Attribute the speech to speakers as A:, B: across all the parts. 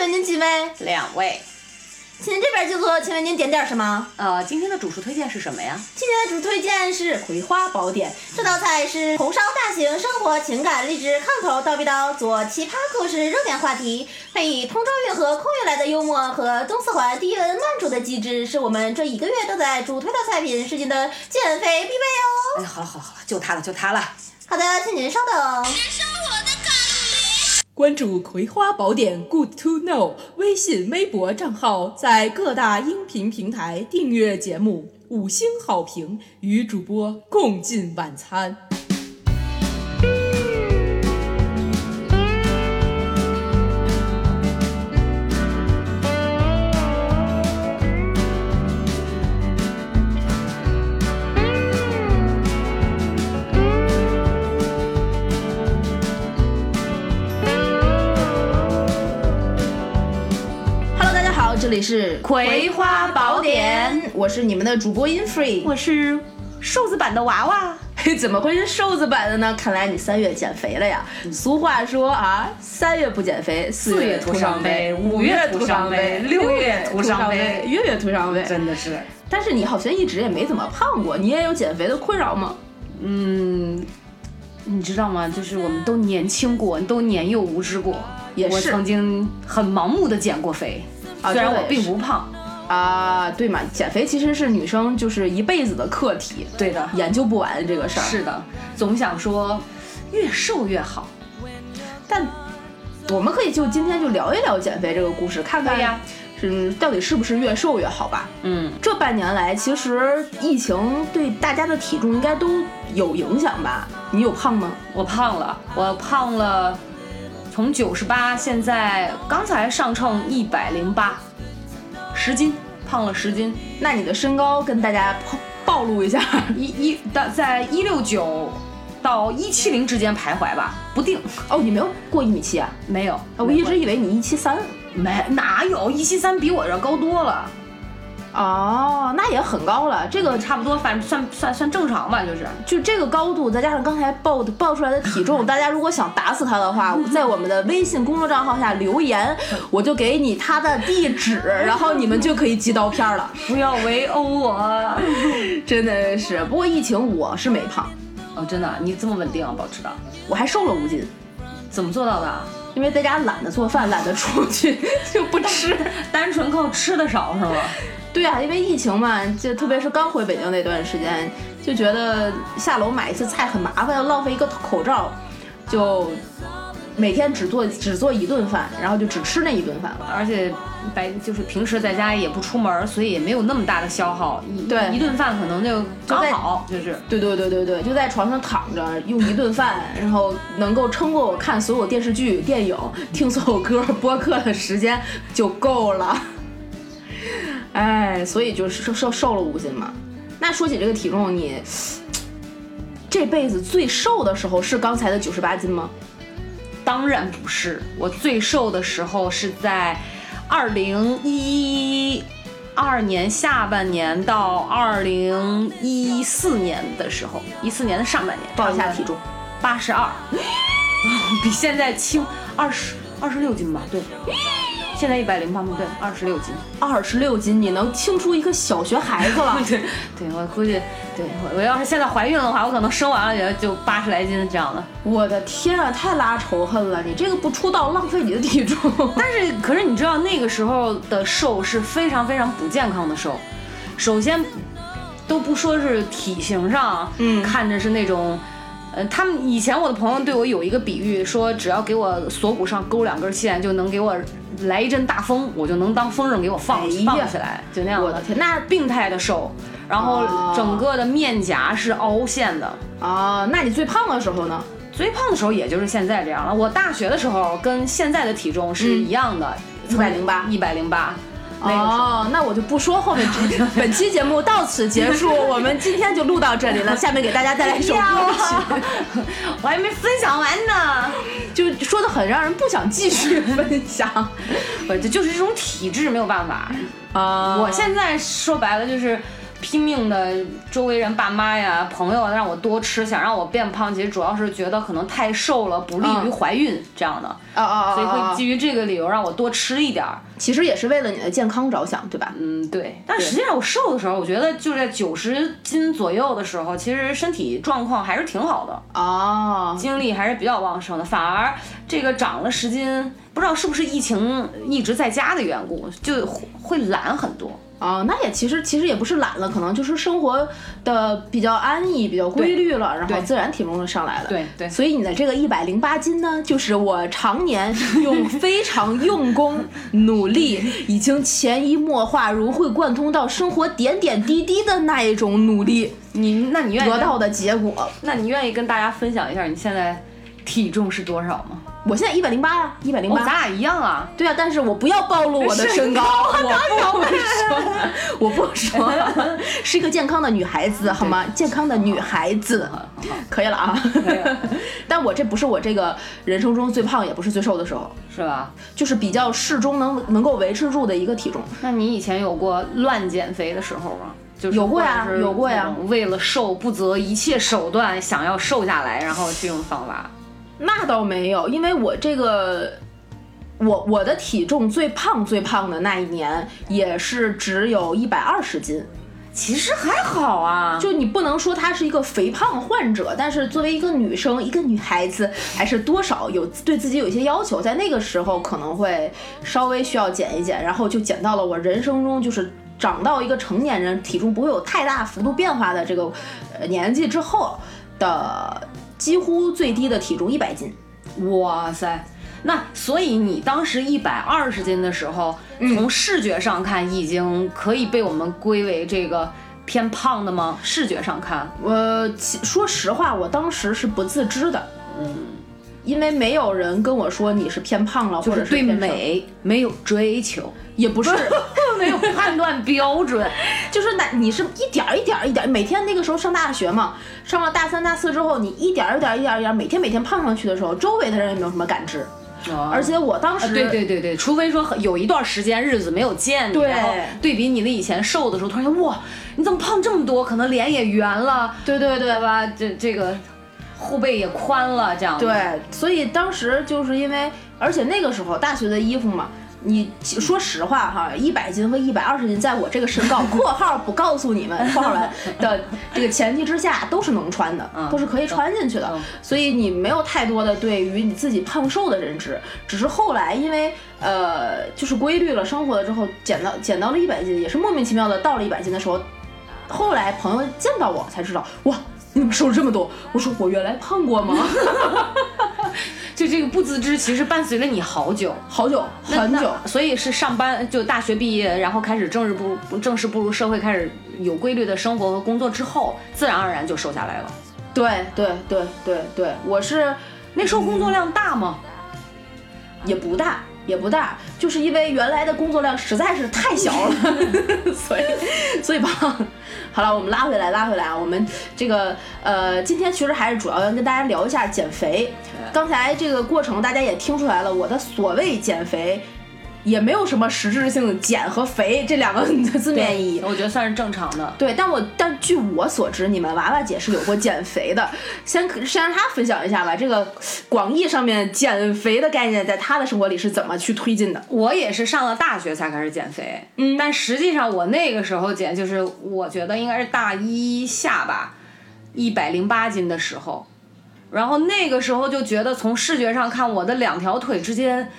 A: 问您几位？
B: 两位，
A: 请这边静坐，请问您点点什么？
B: 呃，今天的主厨推荐是什么呀？
A: 今天的主推荐是《葵花宝典》，这道菜是红烧大型生活、情感、励志、炕头、刀逼刀做奇葩故事热点话题，配以通州运河空运来的幽默和东四环低温慢煮的机制，是我们这一个月都在主推的菜品试验的减肥必备哦。
B: 哎，好了好了好了，就它了就它了。
A: 好的，请您稍等。
C: 关注《葵花宝典》Good to Know 微信、微博账号，在各大音频平台订阅节目，五星好评，与主播共进晚餐。Hello，大家好，这里是《
B: 葵花宝典》，
C: 我是你们的主播 Infree。
B: 我是瘦子版的娃娃，
C: 嘿， 怎么会是瘦子版的呢？看来你三月减肥了呀。俗话说啊，三月不减肥，四
B: 月
C: 徒
B: 徒伤悲
C: 悲，
B: 五
C: 五
B: 月徒
C: 徒
B: 伤
C: 伤
B: 悲六
C: 六
B: 月徒
C: 徒
B: 伤
C: 伤
B: 悲
C: 月月徒伤悲。
B: 真的是，
C: 但是你好像一直也没怎么胖过，你也有减肥的困扰吗？
B: 嗯，你知道吗？就是我们都年轻过，都年幼无知过。
C: 也
B: 我
C: 是
B: 曾经很盲目的减过肥，
C: 啊
B: 虽然
C: 这个
B: 我
C: 也
B: 并
C: 是
B: 不胖。
C: 啊，对嘛，减肥其实是女生就是一辈子的课题，
B: 对的，
C: 研究不完这个事儿。，
B: 是的，总想说越瘦越好。
C: 但我们可以就今天就聊一聊减肥这个故事，看看
B: 对呀
C: 是到底是不是越瘦越好吧。
B: 嗯，
C: 这半年来，其实疫情对大家的体重应该都有影响吧？你有胖吗？
B: 我胖了，我胖了，从九十八现在刚才上称一百零八，十斤，胖了十斤，
C: 那你的身高跟大家暴暴露 一下，
B: 一一大在一六九到一七零之间徘徊吧，不定，
C: 哦，你没有过一米七啊？
B: 没有，
C: 啊我一直以为你一七三。
B: 没哪有一七三比我这高多了，
C: 哦，那也很高了。这个
B: 差不多，反正算算算正常吧，就是。
C: 就这个高度，再加上刚才报的报出来的体重，大家如果想打死他的话，在我们的微信公众账号下留言，我就给你他的地址，然后你们就可以寄刀片了。
B: 不要围殴我！
C: 真的是，不过疫情我是没胖，
B: 哦，真的，你这么稳定啊，保持的，
C: 我还瘦了五斤，
B: 怎么做到的啊？
C: 因为在家懒得做饭，懒得出去，就不吃。
B: 单纯靠吃的少是吗？
C: 对啊，因为疫情嘛，就特别是刚回北京那段时间，就觉得下楼买一次菜很麻烦，要浪费一个口罩，就每天只做只做一顿饭，然后就只吃那一顿饭了。
B: 而且白就是平时在家也不出门，所以也没有那么大的消耗。一
C: 对
B: 一顿饭可能就刚好，就是
C: 对对对对对，就在床上躺着用一顿饭，然后能够撑过我看所有电视剧、电影、听所有歌、播客的时间就够了。哎，所以就是瘦瘦瘦了五斤嘛。那说起这个体重，你这辈子最瘦的时候是刚才的九十八斤吗？
B: 当然不是。我最瘦的时候是在二零一二年下半年到二零一四年的时候，一四年的上半年
C: 报一下体重，
B: 八十二， 比现在轻二十二十六斤吧？对，现在一百零八吗？对，二十六斤。
C: 二十六斤，你能轻出一个小学孩子了。
B: 对我估计，对我我要是现在怀孕的话，我可能生完了也就八十来斤这样的。
C: 我的天啊，太拉仇恨了！你这个不出道，浪费你的体重。
B: 但是，可是你知道那个时候的瘦是非常非常不健康的瘦，首先都不说是体型上，
C: 嗯
B: 看着是那种。呃，他们以前我的朋友对我有一个比喻，说只要给我锁骨上勾两根线，就能给我来一阵大风，我就能当风筝给我放、
C: 哎呀
B: 放起来，就那样
C: 我的天，那
B: 病态的瘦，然后
C: 哦
B: 整个的面颊是凹陷的，
C: 啊，那你最胖的时候呢？
B: 最胖的时候也就是现在这样了。我大学的时候跟现在的体重是一样的，
C: 108
B: 嗯一百零八。那个时候
C: 哦，那我就不说后面这 本期节目到此结束，我们今天就录到这里 了。下面给大家带来一首
B: 哎啊
C: 歌
B: 我还没分享完呢，
C: 曲，就说的很让人不想继续 分享
B: 不是，这就是这种体质没有办法。
C: 啊。
B: 我现在说白了就是拼命的周围人、爸妈呀、朋友啊让我多吃，想让我变胖，其实主要是觉得可能太瘦了，不利于
C: 嗯
B: 怀孕这样的，
C: 哦哦
B: 所以会基于这个理由让我多吃一点儿。
C: 其实也是为了你的健康着想，对吧？
B: 嗯，对。但实际上我瘦的时候，我觉得就是在九十斤左右的时候，其实身体状况还是挺好的，
C: 哦，
B: 精力还是比较旺盛的。反而这个长了十斤，不知道是不是疫情一直在家的缘故，就会懒很多。
C: 哦，那也其实其实也不是懒了，可能就是生活的比较安逸、比较规律了，然后
B: 对
C: 自然体重就上来了。
B: 对对
C: 所以你的这个一百零八斤呢，就是我常年用非常用功、努力，已经潜移默化、融会贯通到生活点点滴滴的那一种努力
B: 你那你愿意
C: 得
B: 跟
C: 到的结果。
B: 那你愿意跟大家分享一下你现在体重是多少吗？
C: 我现在一百零八呀，一百零
B: 哦，
C: 八
B: 咱。俩一样啊。
C: 对啊，但是我不要暴露我的身高，我不会说，我不说，是一个健康的女孩子好吗？健康的女孩子，可以了啊。 但我这不是我这个人生中最胖，也不是最瘦的时候，
B: 是吧？
C: 就是比较适中能，能够维持住的一个体重。
B: 那你以前有过乱减肥的时候吗？就是
C: 有过呀
B: 或者是
C: 有过呀
B: 那种为了瘦不择一切手段想要瘦下来，然后这种方法。
C: 那倒没有，因为我这个。我我的体重最胖最胖的那一年也是只有一百二十斤，
B: 其实还好啊，
C: 就你不能说她是一个肥胖患者，但是作为一个女生，一个女孩子，还是多少有对自己有一些要求，在那个时候可能会稍微需要减一减，然后就减到了我人生中就是长到一个成年人体重不会有太大幅度变化的这个呃年纪之后的几乎最低的体重一百斤。
B: 哇塞。那所以你当时一百二十斤的时候，从视觉上看已经可以被我们归为这个偏胖的吗？视觉上看，
C: 我其说实话，我当时是不自知的，嗯，因为没有人跟我说你是偏胖了，
B: 就
C: 或者
B: 是对
C: 偏瘦
B: 美没有追求，
C: 也 不是。
B: 没有判断标 准。
C: 就是那你是一点儿一点儿一点儿，每天那个时候上大学嘛，上了大三大四之后，你一点儿一点儿一点儿一点儿，每天每天胖上去的时候，周围的人也没有什么感知。而
B: 而且
C: 且我当时、
B: 啊，对对对对，除非说很有一段时间日子没有见你，
C: 对
B: 然后对比你的以前瘦的时候，突然间哇，你怎么胖这么多？可能脸也圆了，
C: 对对对
B: 对吧？这这个后背也宽了，这样
C: 对，所以当时就是因为，而且那个时候大学的衣服嘛。你其说实话哈，一百斤和一百二十斤，在我这个身高（ 括号不告诉你们）括号完的这个前提之下，都是能穿的，
B: 嗯
C: 都是可以穿进去的
B: 嗯。
C: 所以你没有太多的对于你自己胖瘦的认知，只是后来因为呃就是规律了生活了之后，减到减到了一百斤，也是莫名其妙的到了一百斤的时候，后来朋友见到我才知道，哇，你怎么瘦了这么多？我说我原来胖过吗？
B: 就这个不自知，其实伴随了你好久。
C: 好久
B: 那
C: 很久，
B: 那所以是上班就大学毕业，然后开始正式步入正式步入社会，开始有规律的生活和工作之后，自然而然就瘦下来了。
C: 对对对对对，我是
B: 那时候工作量大吗？
C: 嗯也不大也不大，就是因为原来的工作量实在是太小 了， 所以所以胖。好了，我们拉回来拉回来啊，我们这个呃，今天其实还是主要要跟大家聊一下减肥。刚才这个过程大家也听出来了，我的所谓减肥。也没有什么实质性的减和肥这两个 字面意义，
B: 我觉得算是正常的。
C: 对，但我但据我所知，你们娃娃姐是有过减肥的，先可先让她分享一下吧。这个广义上面减肥的概念，在她的生活里是怎么去推进的？
B: 我也是上了大学才开始减肥，嗯，但实际上我那个时候减，就是我觉得应该是大一下吧，一百零八斤的时候，然后那个时候就觉得从视觉上看，我的两条腿之间，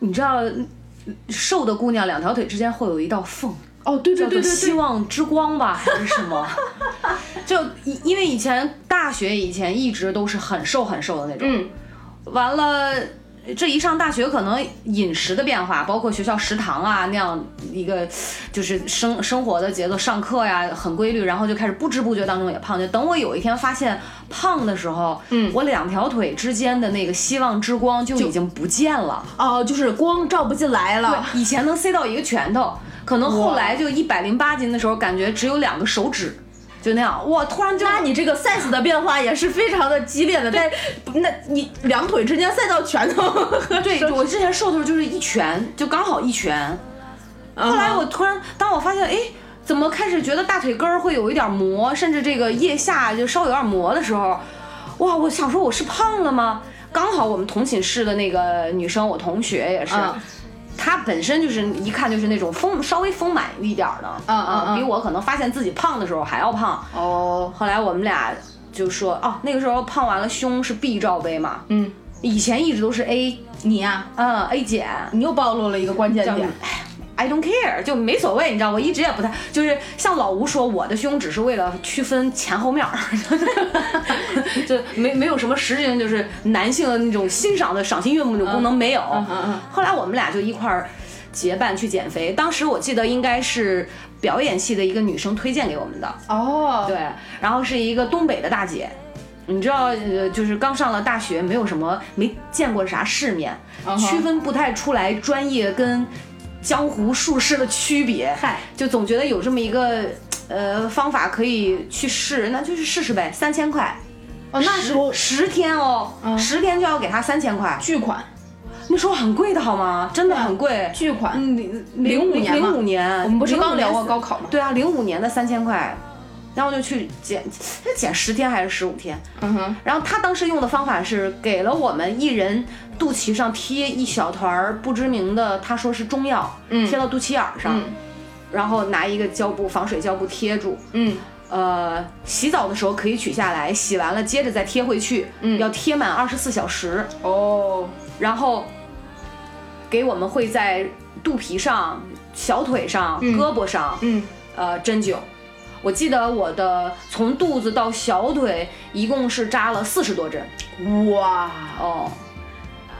B: 你知道，瘦的姑娘两条腿之间会有一道缝，
C: 哦，对对
B: 叫做
C: 对对
B: 希
C: 对，
B: 望之光吧，还是什 么？就因因为以前大学以前一直都是很瘦很瘦的那种，
C: 嗯，
B: 完了，这一上大学，可能饮食的变化，包括学校食堂啊那样一个，就是生生活的节奏，上课呀很规律，然后就开始不知不觉当中也胖。就等我有一天发现胖的时候，嗯，我两条腿之间的那个希望之光就已经不见了。
C: 哦，就是光照不进来 了。
B: 以前能塞到一个拳头，可能后
C: 哇
B: 来就一百零八斤的时候，感觉只有两个手指，就那样。哇，突然就
C: 那你这个 size 的变化也是非常的激烈的，但那你两腿之间赛到拳 头，
B: 对，我之
C: 嗯
B: 前瘦的时候就是一拳，就刚好一拳。后来我突然，当我发现，哎，怎么开始觉得大腿根儿会有一点磨，甚至这个腋下就稍有点磨的时候，哇，我想说我是胖了吗？刚好我们同寝室的那个女生，我同学也是，
C: 嗯
B: 她本身就是一看就是那种丰稍微丰满一点儿的，
C: 嗯嗯
B: 啊
C: 嗯
B: 比我可能发现自己胖的时候还要胖。
C: 哦，
B: 后来我们俩就说，哦，那个时候胖完了胸是 B 罩杯嘛，
C: 嗯，
B: 以前一直都是 A，
C: 你呀、
B: 嗯，A 减。
C: 你又暴露了一个关键
B: 这
C: 点
B: 样。哎 I don't care，就没所谓，你知道，我一直也不太，就是像老吴说，我的胸只是为了区分前后面儿， 就没没有什么实质性，就是男性的那种欣赏的赏心悦目那种功能没有。
C: 嗯嗯
B: 后来我们俩就一块儿结伴去减肥，当时我记得应该是表演系的一个女生推荐给我们的，
C: 哦，
B: 对，然后是一个东北的大姐，你知道，呃，就是刚上了大学，没有什么，没见过啥世面
C: 嗯哼
B: 区分不太出来专业跟江湖术士的区别，
C: 嗨，
B: 就总觉得有这么一个呃方法可以去试，那就去试试呗，三千块。
C: 哦，那时候
B: 十天哦，
C: 嗯
B: 十天就要给他三千块，
C: 巨款，
B: 那时候很贵的好吗？真的很贵。
C: 巨款。
B: 嗯，零
C: 05年嘛
B: 零五年，
C: 我们不是刚聊过
B: 05年
C: 高考吗？
B: 对啊，零五年的三千块，然后就去减，他减十天还是十五天？
C: 嗯哼，
B: 然后他当时用的方法是给了我们一人肚脐上贴一小团儿不知名的，他说是中药，
C: 嗯
B: 贴到肚脐眼儿上，
C: 嗯
B: 然后拿一个胶布防水胶布贴住。
C: 嗯
B: 呃，洗澡的时候可以取下来，洗完了接着再贴回去，
C: 嗯
B: 要贴满二十四小时。
C: 哦，
B: 然后给我们会在肚皮上、小腿上、
C: 嗯
B: 胳膊上，
C: 嗯
B: 呃，针灸。我记得我的从肚子到小腿一共是扎了四十多针。
C: 哇，
B: 哦，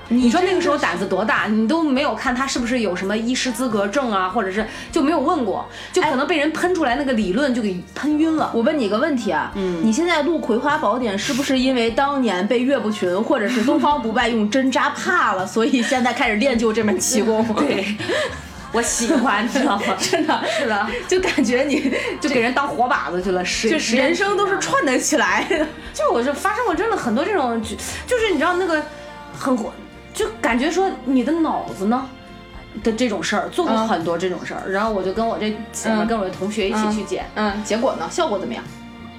B: 你说那个时候胆子多大？你都没有看他是不是有什么医师资格证啊，或者是就没有问过，就可能被人喷出来那个理论就给喷晕了。
C: 我问你一个问题啊，
B: 嗯
C: 你现在录《葵花宝典》是不是因为当年被岳不群或者是东方不败用针扎怕了，所以现在开始练就这门奇 功？
B: 对，我喜欢，你知道 吗？
C: 真的
B: 是的，
C: 就感觉你
B: 就给人当活靶子去了，实
C: 就
B: 实验
C: 人生都
B: 品
C: 是
B: 啊
C: 串得起来的。
B: 就是我是发生过真的很多这种，就就是你知道那个很火，就感觉说你的脑子呢的这种事儿，做过
C: 嗯
B: 很多这种事儿。然后我就跟我这姐们儿
C: 嗯
B: 跟我的同学一起
C: 嗯
B: 去减，
C: 嗯，结果呢？效果怎么样？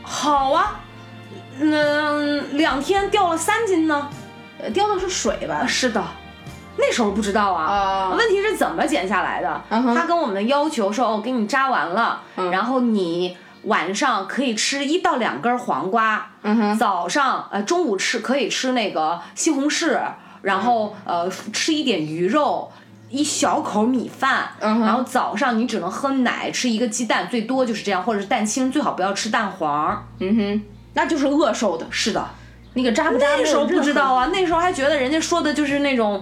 B: 好啊，嗯，两天掉了三斤呢。
C: 呃掉的是水吧
B: 啊，？是的，那时候不知道啊。
C: 啊
B: 问题是怎么减下来的？
C: 嗯哼
B: 他跟我们的要求说，哦，给你扎完了，
C: 嗯
B: 然后你晚上可以吃一到两根黄瓜，
C: 嗯哼
B: 早上呃中午吃可以吃那个西红柿，然后
C: 嗯
B: 呃吃一点鱼肉。一小口米饭，
C: 嗯哼
B: 然后早上你只能喝奶，吃一个鸡蛋，最多就是这样，或者是蛋清，最好不要吃蛋黄。
C: 嗯哼，那就是饿瘦的。
B: 是的，
C: 那个扎不扎
B: 那
C: 没有任何？
B: 时候不知道啊，那时候还觉得人家说的就是那种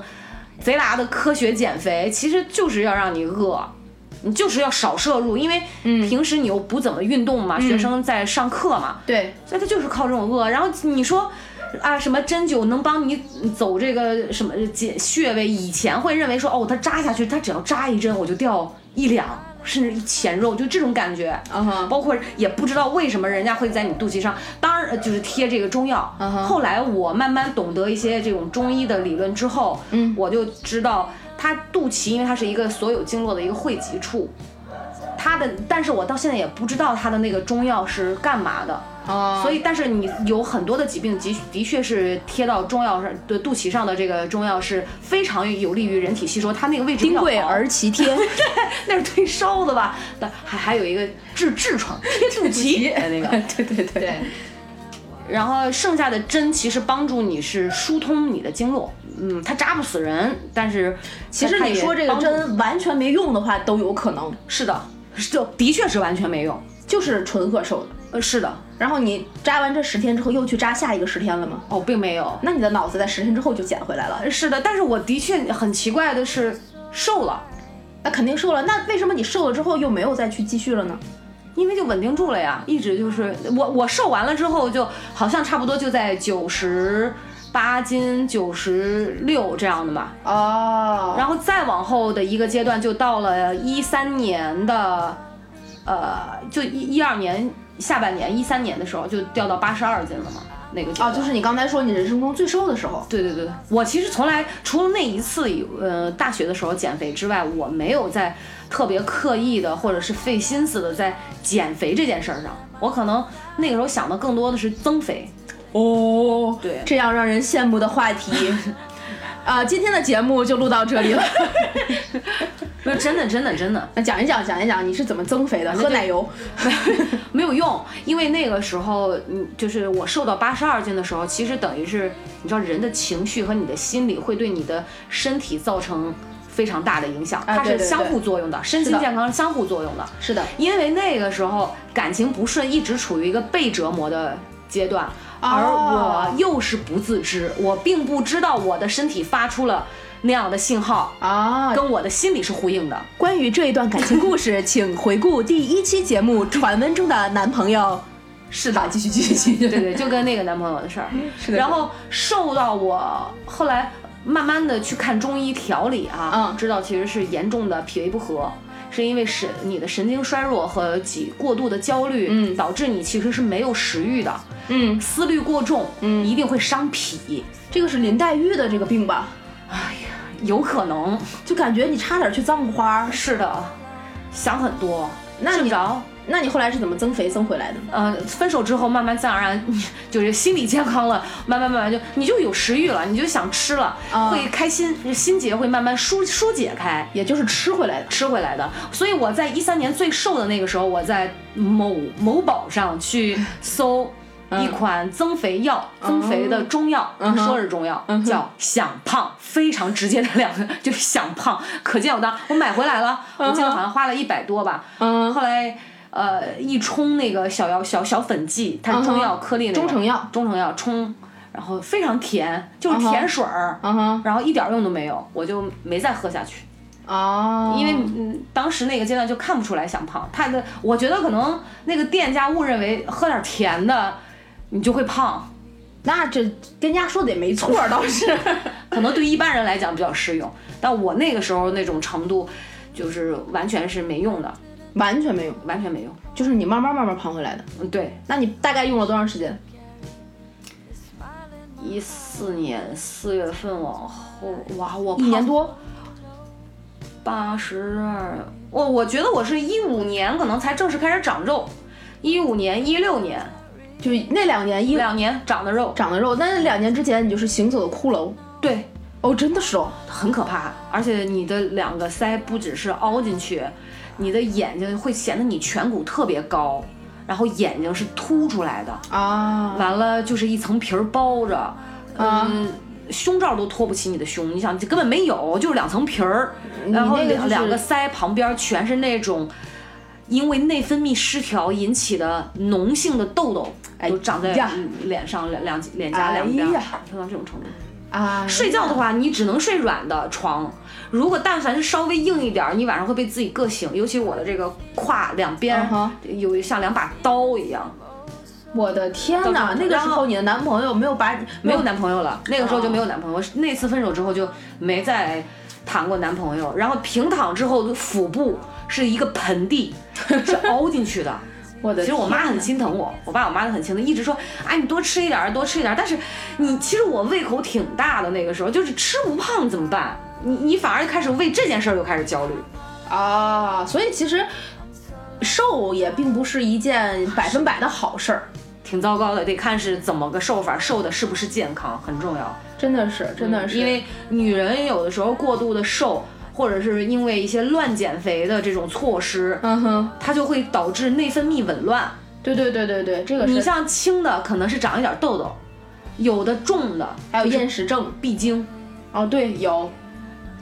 B: 贼拉的科学减肥，其实就是要让你饿，你就是要少摄入，因为
C: 嗯
B: 平时你又不怎么运动嘛，学生在上课嘛，
C: 对，
B: 所以他就是靠这种饿。然后你说。啊，什么针灸能帮你走这个什么解穴位？以前会认为说，哦，他扎下去，他只要扎一针，我就掉一两甚至一钱肉，就这种感觉。
C: 嗯哼，
B: 包括也不知道为什么人家会在你肚脐上，当然呃就是贴这个中药。
C: 嗯哼
B: 后来我慢慢懂得一些这种中医的理论之后，
C: 嗯
B: 我就知道它肚脐，因为它是一个所有经络的一个汇集处，它的，但是我到现在也不知道它的那个中药是干嘛的。
C: 啊
B: 所以，但是你有很多的疾病，的的确是贴到中药上的肚脐上的这个中药是非常有利于人体吸收，它那个位置比
C: 丁
B: 较
C: 贵
B: 薄
C: 而其 贴。
B: 那是退烧的吧？但还还有一个治痔疮贴肚 脐哎那个，
C: 对对对
B: 对。然后剩下的针其实帮助你是疏通你的经络，嗯，它扎不死人，但是
C: 其实
B: 它
C: 你
B: 也
C: 说这个
B: 帮助
C: 针完全没用的话，都有可能
B: 是的，是的，的确是完全没用，
C: 就是纯饿瘦的。
B: 呃，是的，
C: 然后你扎完这十天之后，又去扎下一个十天了吗？
B: 哦，并没有，
C: 那你的脑子在十天之后就捡回来了，
B: 是的，但是我的确很奇怪的是瘦了，
C: 那肯定瘦了。那为什么你瘦了之后又没有再去继续了呢？
B: 因为就稳定住了呀，一直就是我我瘦完了之后，就好像差不多就在九十八斤、九十六这样的吧，
C: 哦，
B: 然后再往后的一个阶段，就到了一三年的，呃，就一一二年下半年，一三年的时候就掉到八十二斤了嘛。那个阶
C: 哦，
B: 段
C: 就是你刚才说你人生中最瘦的时候，
B: 对对对，我其实从来除了那一次以，呃，大学的时候减肥之外，我没有在特别刻意的或者是费心思的在减肥这件事儿上。我可能那个时候想的更多的是增肥。
C: 哦，
B: 对
C: 这样让人羡慕的话题。 啊，今天的节目就录到这 里了。
B: 不是真的，真的，真的
C: 那讲一讲，讲一讲你是怎么增肥的？喝奶油，
B: 没有用，因为那个时候，嗯，就是我瘦到八十二斤的时候，其实等于是你知道人的情绪和你的心理会对你的身体造成非常大的影响，
C: 啊
B: 它
C: 对
B: 是
C: 对
B: 相
C: 对
B: 互作用的，身
C: 是
B: 心
C: 的
B: 健康是相互作用的。
C: 是的，
B: 因为那个时候感情不顺，一直处于一个被折磨的阶段，
C: 哦
B: 而我又是不自知，我并不知道我的身体发出了那样的信号，
C: 啊，
B: 跟我的心理是呼应 的。
C: 关于这一段感情故事，请回顾第一期节目《传闻中的男朋友》。 是的，继续继续继续。
B: 对对，就跟那个男朋友的事儿。
C: 是的。
B: 然后瘦到我后来慢慢的去看中医调理啊，
C: 嗯
B: 知道其实是严重的脾胃不和。是因为神你的神经衰弱和几过度的焦虑，
C: 嗯
B: 导致你其实是没有食欲的，
C: 嗯，
B: 思虑过重，
C: 嗯
B: 一定会伤脾。
C: 这个是林黛玉的这个病吧？
B: 有可能
C: 就感觉你差点去葬花。
B: 是的，想很多，
C: 那
B: 睡不
C: 你
B: 着。
C: 那你后来是怎么增肥增回来的？
B: 呃，分手之后慢慢自然而然就是心理健康了，慢慢慢慢就你就有食欲了，你就想吃了，
C: 啊
B: 会开心，心结会慢慢疏疏解开。
C: 也就是吃回来的。
B: 吃回来的，所以我在一三年最瘦的那个时候，我在某某宝上去搜一款增肥药、增肥的中药，
C: 嗯哼
B: 说是中药，叫想胖，非常直接的两个，就是想胖。可见我当我买回来了，我记得好像花了一百多吧。
C: 嗯
B: 后来呃一冲那个小药小小粉剂，它是中药
C: 嗯哼
B: 颗粒那个
C: 中成药
B: 中成药冲，然后非常甜，就是
C: 哼
B: 甜水儿。
C: 嗯哼
B: 然后一点儿用都没有，我就没再喝下去。
C: 哦，
B: 因为嗯，当时那个阶段就看不出来想胖，他的我觉得可能那个店家误认为喝点甜的你就会胖，
C: 那这跟人家说的也没错儿，倒 是。
B: 可能对一般人来讲比较适用，但我那个时候那种程度就是完全是没用的，
C: 完全没有，
B: 完全没用。
C: 就是你慢慢慢慢胖回来的。
B: 嗯，对，
C: 那你大概用了多长时间？
B: 一四年四月份往后，哇，我
C: 一年多。
B: 八十二，我我觉得我是一五年可能才正式开始长肉，一五年一六年
C: 就是那两年一
B: 两年长的肉，
C: 长的肉，但是两年之前你就是行走的骷髅。
B: 对，
C: 哦，真的是哦。
B: 很可怕，而且你的两个腮不只是凹进去，你的眼睛会显得你颧骨特别高，然后眼睛是凸出来的，
C: 啊
B: 完了就是一层皮儿包着，
C: 啊
B: 嗯，胸罩都托不起你的胸，你想这根本没有，就是两层皮儿，然后
C: 那个
B: 两
C: 就是
B: 两个腮旁边全是那种。因为内分泌失调引起的脓性的痘痘，
C: 哎
B: 都长在
C: 呀
B: 脸上、两两脸颊两边，
C: 哎呀
B: 长到这种程度。
C: 啊，
B: 睡觉的话，你只能睡软的床。如果但凡是稍微硬一点儿，你晚上会被自己硌醒。尤其我的这个胯两边
C: 嗯哼
B: 有像两把刀一样。
C: 我的天
B: 到
C: 哪！
B: 这
C: 那个
B: 然
C: 时
B: 后
C: 候你的男朋友没有把你
B: 没有男朋友
C: 嗯
B: 了，那个时候就没有男朋友。那次分手之后就没再谈过男朋友。然后平躺之后，腹部是一个盆地，是凹进去 的。
C: 我的
B: 其实我妈很心疼我，我爸我妈都很心疼，一直说，哎，你多吃一点儿，多吃一点儿。但是你其实我胃口挺大的，那个时候就是吃不胖怎么办？你你反而开始为这件事儿又开始焦虑，
C: 啊，所以其实瘦也并不是一件百分百的好事儿，
B: 挺糟糕的。得看是怎么个瘦法，瘦的是不是健康很重要。
C: 真的是，真的是，
B: 因为女人有的时候过度的瘦，或者是因为一些乱减肥的这种措施，
C: 嗯哼，
B: 它就会导致内分泌紊乱。
C: 对对对对对，这个
B: 你
C: 是
B: 像轻的可能是长一点痘痘，有的重的
C: 还有
B: 就是
C: 厌食症
B: 闭经。
C: 哦，对，有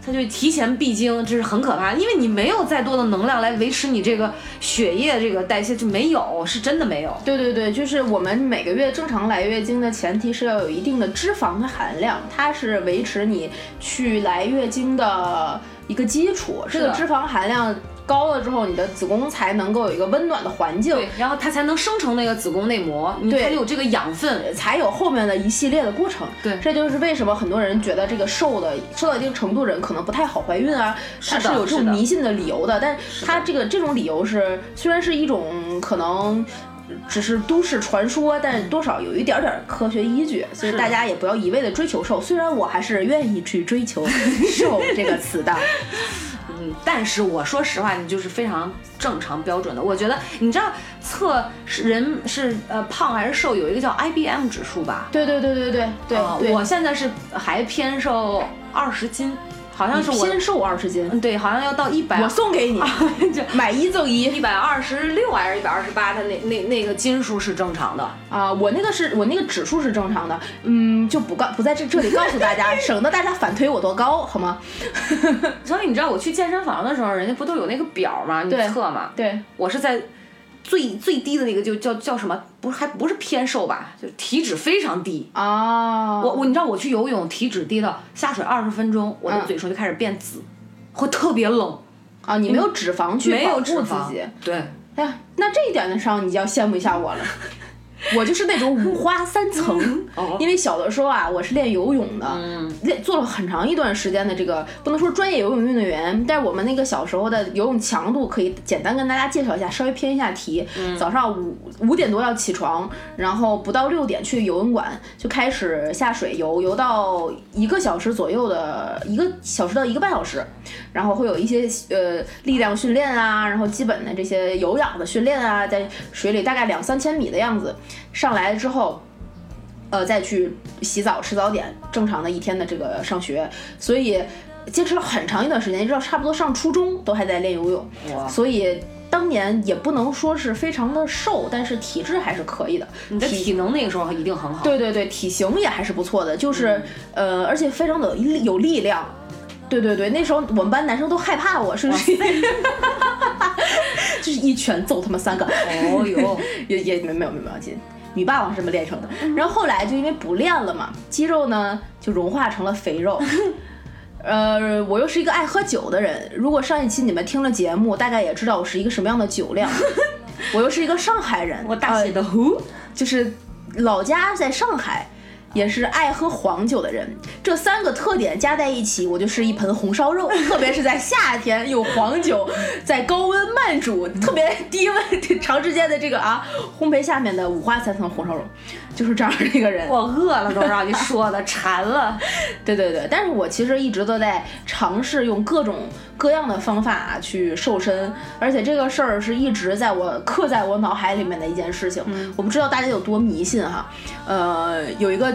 B: 它就提前闭经，这是很可怕，因为你没有再多的能量来维持你这个血液这个代谢，就没有，是真的没有。
C: 对对对，就是我们每个月正常来月经的前提是要有一定的脂肪的含量，它是维持你去来月经的一个基础。这
B: 的
C: 个脂肪含量高了之后，你的子宫才能够有一个温暖的环境，
B: 对，然后它才能生成那个子宫内膜，你
C: 对
B: 才有这个养分。
C: 才有后面的一系列的过程。
B: 对
C: 这就是为什么很多人觉得这个瘦的瘦到一定程度人可能不太好怀孕啊，
B: 的
C: 它是有这
B: 是
C: 种
B: 的
C: 迷信的理由的。但是它这个这种理由是虽然是一种可能。只是都市传说，但是多少有一点点科学依据，所以
B: 是
C: 大家也不要一味的追求瘦。虽然我还是愿意去追求瘦这个 词的，
B: 嗯，但是我说实话，你就是非常正常标准的。我觉得，你知道测是人是呃胖还是瘦，有一个叫 IBM 指数吧？
C: 对对对对对对
B: 啊
C: 对，
B: 我现在是还偏瘦二十斤，好像是我，
C: 偏瘦二十斤，
B: 嗯，对，好像要到一百
C: 我送给你，
B: 这
C: 买一赠一。
B: 一百二十六还是一百二十八，它那那那个斤数是正常的。
C: 啊、我那个是我那个指数是正常的，嗯，就不告不在这这里告诉 大家，省得大家反推我多高，好吗？
B: 所以你知道我去健身房的时候，人家不都有那个表吗？你
C: 对
B: 测吗？
C: 对，
B: 我是在最最低的那个就叫叫什么？不是还不是偏瘦吧？就体脂非常低。
C: 啊，
B: 我我你知道我去游泳，体脂低到下水二十分钟，我的
C: 嗯
B: 嘴唇就开始变紫，会特别冷，
C: 啊，你没有脂肪
B: 嗯
C: 去
B: 没
C: 保
B: 有
C: 护
B: 脂
C: 自
B: 肪
C: 己，。
B: 对，
C: 哎呀，那这一点上你就要羡慕一下我了。我就是那种五花三层，
B: 哦
C: 因为小的时候啊，我是练游泳的，练做了很长一段时间的这个，不能说专业游泳运动员，但是我们那个小时候的游泳强度可以简单跟大家介绍一下，稍微偏一下题。早上五五点多要起床，然后不到六点去游泳馆就开始下水游，游到一个小时左右的一个小时到一个半小时，然后会有一些呃力量训练啊，然后基本的这些有氧的训练啊，在水里大概两三千米的样子，上来之后。呃，再去洗澡、吃早点，正常的一天的这个上学，所以坚持了很长一段时间，一直到差不多上初中都还在练游泳，
B: 哇，
C: 所以当年也不能说是非常的瘦，但是体质还是可以的。
B: 你的体能那个时候一定很 好。
C: 对对对，体型也还是不错的，就是、呃，而且非常的有力量。对对对，那时候我们班男生都害怕我，是不是？就是一拳揍他们三个。
B: 哦 哟，
C: 也也没没有没有没有劲。女霸王是这么练成的，然后后来就因为不练了嘛，肌肉呢就融化成了肥肉。呃，我又是一个爱喝酒的人，如果上一期你们听了节目，大概也知道我是一个什么样的酒量。我又是一个上海人，
B: 我大写
C: 呃
B: 的呼，
C: 就是老家在上海，也是爱喝黄酒的人。这三个特点加在一起，我就是一盆红烧肉。 特别是在夏天，有黄酒在高温慢煮，特别低温、 长时间的这个啊烘焙下面的五花三层红烧肉，就是这样的一个人。
B: 我饿了都让你说的 馋了。
C: 对对对，但是我其实一直都在尝试用各种各样的方法去瘦身，而且这个事儿是一直在我刻在我脑海里面的一件事情。我不知道大家有多迷信哈，呃，有一个。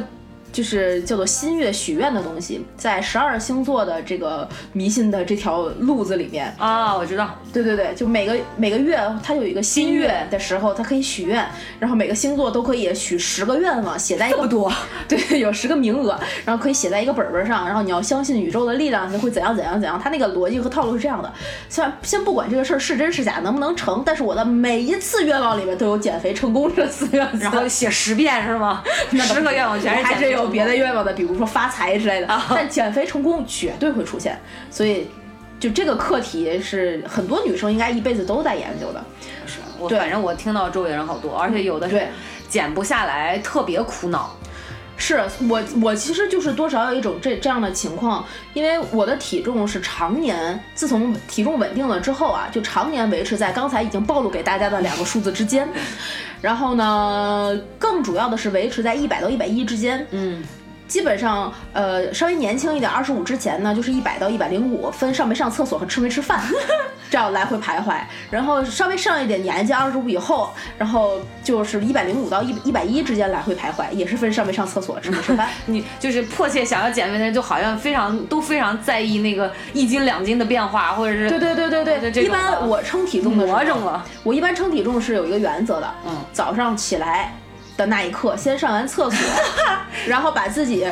C: 就是叫做新月许愿的东西，在十二星座的这个迷信的这条路子里面，
B: 啊，我知道，
C: 对对对，就每个每个月它有一个新月的时候，它可以许愿，然后每个星座都可以许十个愿望，写在一个
B: 多，
C: 对，有十个名额，然后可以写在一个本本上，然后你要相信宇宙的力量，就会怎样怎样怎样。它那个逻辑和套路是这样的，虽然先不管这个事儿是真是假，能不能成，但是我的每一次愿望里面都有减肥成功这四个字，
B: 然后写十遍是 吗？十个愿望全是
C: 还
B: 减
C: 真
B: 肥
C: 有
B: 成
C: 别的
B: 功啊
C: 愿望的，比如说发财之类的。但减肥成功绝对会出现，所以就这个课题是很多女生应该一辈子都在研究的。
B: 是我
C: 对
B: 反正我听到周围人好多，而且有的是
C: 对
B: 减不下来，特别苦恼。
C: 是我，我其实就是多少有一种这这样的情况，因为我的体重是常年，自从体重稳定了之后啊，就常年维持在刚才已经暴露给大家的两个数字之间，然后呢，更主要的是维持在一百到一百一之间，
B: 嗯，
C: 基本上，呃，稍微年轻一点，二十五之前呢，就是一百到一百零五，分上没上厕所和吃没吃饭，这样来回徘徊。然后稍微上一点年纪，二十五以后，然后就是一百零五到一一百一之间来回徘徊，也是分上没上厕所、吃没吃饭。
B: 你就是迫切想要减肥的人，就好像非常都非常在意那个一斤两斤的变化，或者是
C: 对对对对
B: 对
C: 对，
B: 这
C: 一
B: 种的
C: 般我称体重的时候
B: 魔怔了。
C: 我一般称体重是有一个原则的，
B: 嗯
C: 早上起来的那一刻，先上完厕所，然后把自己。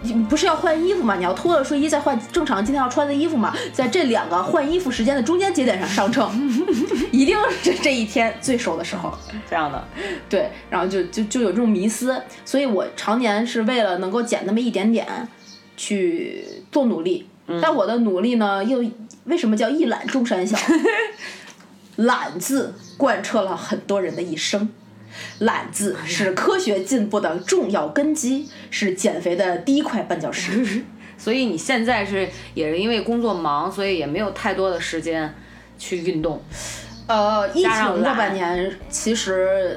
C: 你不是要换衣服嘛？你要脱了睡衣再换正常今天要穿的衣服嘛？在这两个换衣服时间的中间节点上上秤， 一定是这这一天最瘦的时候。
B: 这样的。
C: 对，然后就就就有这种迷思，所以我常年是为了能够减那么一点点去做努力，
B: 嗯
C: 但我的努力呢，又为什么叫一览 众山小？懒字贯彻了很多人的一生。懒字
B: 哎
C: 是科学进步的重要根基，是减肥的第一块绊 脚石。
B: 所以你现在是也是因为工作忙，所以也没有太多的时间去运动。
C: 呃，疫
B: 加上
C: 情这
B: 懒
C: 半年其实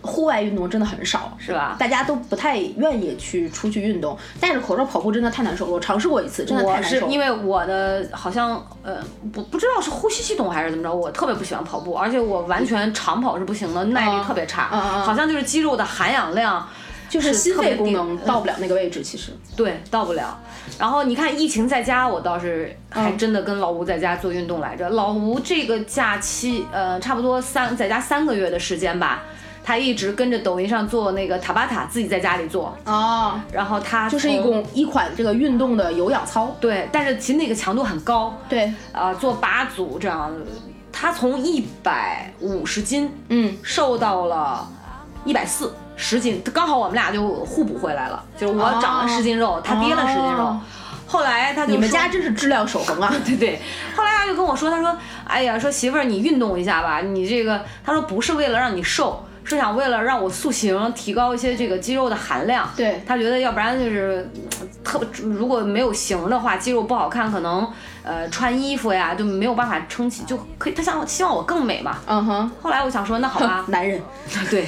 C: 户外运动真的很少，
B: 是吧？
C: 大家都不太愿意去出去运动。戴着口罩跑步真的太难受了，我尝试过一次，真的太
B: 我
C: 难
B: 是
C: 受了。
B: 因为我的好像呃不不知道是呼吸系统还是怎么着，我特别不喜欢跑步，而且我完全长跑是不行的，耐力特别差，
C: 嗯嗯
B: 好像就是肌肉的含氧量
C: 就是心
B: 特别
C: 肺功
B: 低
C: 能到不了那个位置，其实
B: 对，到不了。然后你看疫情在家，我倒是还
C: 嗯
B: 真的跟老吴在家做运动来着。老吴这个假期，呃，差不多三在家三个月的时间吧，他一直跟着抖音上做那个塔巴塔，自己在家里做。
C: 哦，
B: 然后他
C: 就是一
B: 从
C: 种一款这个运动的有氧操。
B: 对，但是其实那个强度很高，
C: 对，
B: 啊、做八组这样。他从一百五十斤
C: 嗯，
B: 瘦到了一百四十斤，刚好我们俩就互补回来了，就是我
C: 哦
B: 长了十斤肉，他跌了十斤肉。
C: 哦
B: 后来他就
C: 你们
B: 说
C: 家真是质量守恒啊！
B: 对 对，后来他就跟我说，他说，哎呀，说媳妇儿你运动一下吧，你这个，他说不是为了让你瘦，是想为了让我塑形，提高一些这个肌肉的含量。
C: 对
B: 他觉得要不然就是嗯特如果没有型的话，肌肉不好看，可能呃穿衣服呀就没有办法撑起，就可以他想希望我更美嘛。
C: 嗯哼，
B: 后来我想说，那好 吧，
C: 男人，
B: 对，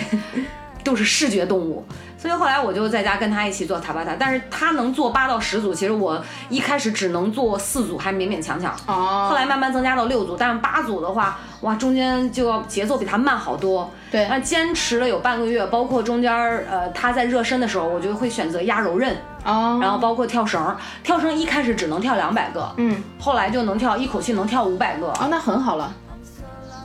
B: 都是视觉动物。所以后来我就在家跟他一起做塔巴塔，但是他能做八到十组，其实我一开始只能做四组，还勉勉强强。
C: 哦
B: 后来慢慢增加到六组，但是八组的话，哇，中间就要节奏比他慢好多。
C: 对
B: 那坚持了有半个月，包括中间儿呃他在热身的时候，我就会选择压柔韧，
C: 哦，
B: 然后包括跳绳儿。跳绳一开始只能跳两百个，
C: 嗯，
B: 后来就能跳一口气能跳五百个。
C: 哦，那很好了，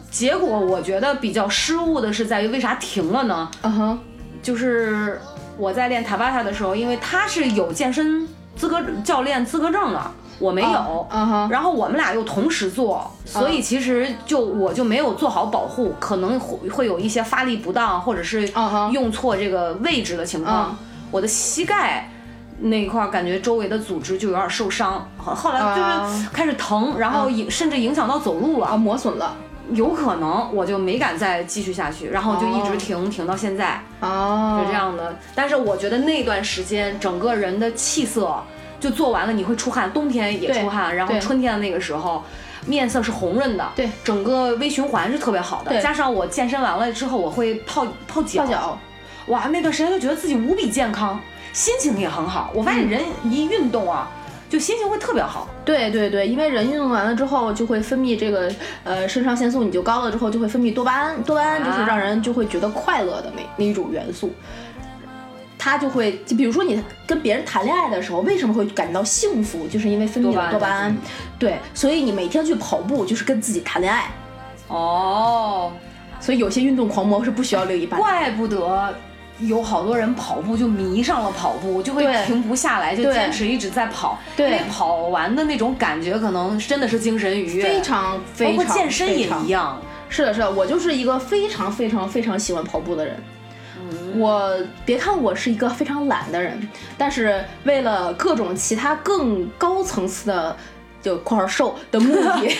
B: 结果我觉得比较失误的是在于为啥停了呢？
C: 嗯哼，
B: 就是我在练塔巴塔的时候，因为他是有健身资格教练资格证的，我没有。
C: 嗯哼，
B: 然后我们俩又同时做，所
C: 啊
B: 以其实就我就没有做好保护，可能会会有一些发力不当，或者是
C: 嗯哼
B: 用错这个位置的情
C: 啊
B: 况。我的膝盖那一块儿感觉周围的组织就有点受伤，后后来就是
C: 啊
B: 开始疼，然后影甚至影响到走路
C: 啊，
B: 了，
C: 磨损了，
B: 有可能我就没敢再继续下去，然后就一直
C: 哦
B: 停停到现在。
C: 哦，
B: 是这，样的。但是我觉得那段时间整个人的气色，就做完了你会出汗，冬天也
C: 对
B: 出汗，然后
C: 对
B: 春天的那个时候。面色是红润的，
C: 对
B: 整个微循环是特别好的。
C: 对
B: 加上我健身完了之后，我会泡泡脚，
C: 泡脚，
B: 哇，那段时间就觉得自己无比健康，心情也很好。我发
C: 嗯
B: 现人一运动啊，就心情会特别好。
C: 对对对，因为人运动完了之后就会分泌这个呃肾上腺素，你就高了之后就会分泌多巴胺，多巴胺就是
B: 啊
C: 让人就会觉得快乐的那那一种元素。它就会，就比如说你跟别人谈恋爱的时候，为什么会感到幸福？就是因为分泌了
B: 多巴
C: 多巴
B: 胺
C: 胺。嗯对，所以你每天去跑步就是跟自己谈恋爱。
B: 哦，
C: 所以有些运动狂魔是不需要另一半的。
B: 怪不得有好多人跑步就迷上了跑步，就会
C: 对
B: 停不下来，就
C: 对
B: 坚持一直在跑。
C: 对
B: 因为跑完的那种感觉，可能真的是精神愉悦，
C: 非常
B: 包
C: 非
B: 括
C: 常
B: 健身也
C: 非常
B: 一样。
C: 是的，是的，我就是一个非常非常非常喜欢跑步的人。我别看我是一个非常懒的人，但是为了各种其他更高层次的。就块儿瘦的目的，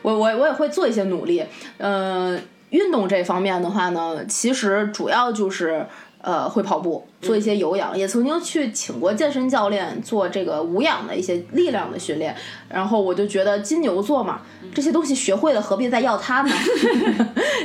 C: 我我我也会做一些努力。呃，运动这方面的话呢，其实主要就是呃会跑步，做一些有氧，也曾经去请过健身教练做这个无氧的一些力量的训练。然后我就觉得金牛座嘛，这些东西学会了，何必再要它呢？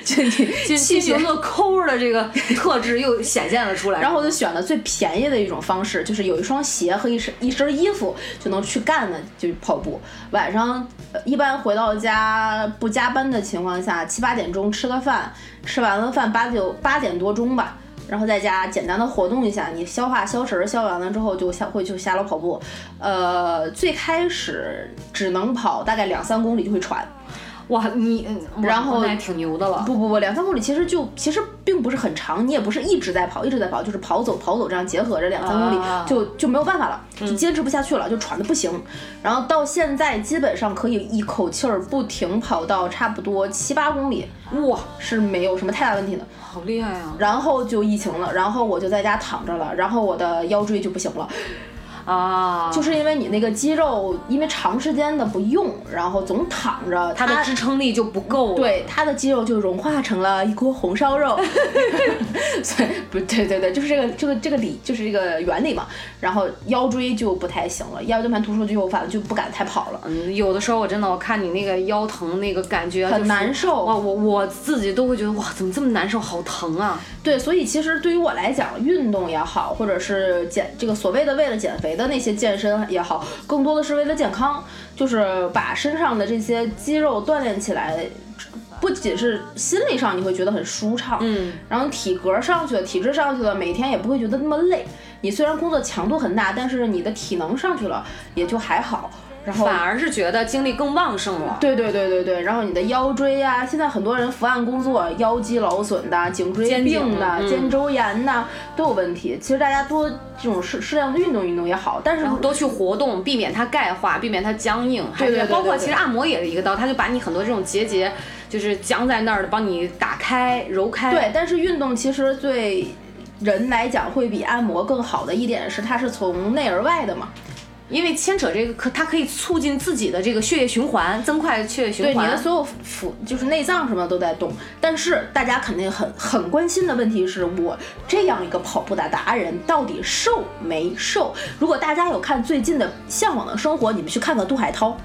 C: 就你
B: 金
C: 器
B: 牛
C: 械。
B: 座抠儿的这个特质又显现了出来。
C: 然后我就选了最便宜的一种方式，就是有一双鞋和一身一身衣服就能去干的，就是跑步。晚上呃一般回到家不加班的情况下，七八点钟吃个饭，吃完了饭八九八点多钟吧，然后在家简单的活动一下，你消化消食儿，消完了之后就下会就下楼跑步。呃，最开始只能跑大概两三公里就会喘。
B: 哇，你嗯
C: 然后
B: 哇那也挺牛的了。
C: 不不不，两三公里其实就其实并不是很长，你也不是一直在跑，一直在跑，就是跑走跑走这样结合着两三公里
B: 啊
C: 就就没有办法了，就坚持不下去了，就喘的不行。然后到现在基本上可以一口气儿不停跑到差不多七八公里，
B: 哇，
C: 是没有什么太大问题的。
B: 好厉害啊！
C: 然后就疫情了，然后我就在家躺着了，然后我的腰椎就不行了，
B: 啊，啊，
C: 就是因为你那个肌肉因为长时间的不用，然后总躺着，
B: 它
C: 它
B: 的支撑力就不够了。，
C: 对它的肌肉就融化成了一锅红烧肉，所以不对对对，就是这个这个这个理就是这个原理嘛。然后腰椎就不太行了，腰间盘突出就有反就不敢太跑了，
B: 嗯，有的时候我真的我看你那个腰疼那个感觉
C: 很难
B: 受。
C: 受。
B: 哇，我我自己都会觉得哇，怎么这么难受，好疼啊！
C: 对，所以其实对于我来讲，运动也好，或者是减这个所谓的为了减肥的那些健身也好，更多的是为了健康，就是把身上的这些肌肉锻炼起来。不仅是心理上你会觉得很舒畅，
B: 嗯，
C: 然后体格上去了，体质上去了，每天也不会觉得那么累。你虽然工作强度很大，但是你的体能上去了，也就还好。然后
B: 反而是觉得精力更旺盛了。
C: 对对对对对，然后你的腰椎呀、现在很多人伏案工作，腰肌劳损的、颈椎
B: 肩颈
C: 病的、
B: 嗯
C: 肩周炎的都有问题。其实大家多这种适适量的运动运动也好，但是
B: 然后多去活动，避免它钙化，避免它僵硬，还
C: 对对
B: 有
C: 对对
B: 包括
C: 对
B: 其实按摩也是一个道，它就把你很多这种结节就是僵在那儿的，帮你打开、揉开。
C: 对，但是运动其实对人来讲会比按摩更好的一点是，它是从内而外的嘛，
B: 因为牵扯这个，可它可以促进自己的这个血液循环，增快血液
C: 对
B: 循
C: 你的
B: 环。
C: 所有腹就是内脏什么都在动。但是大家肯定很很关心的问题是我这样一个跑步的达人到底瘦没瘦？如果大家有看最近的《向往的生活》，你们去看看杜海涛。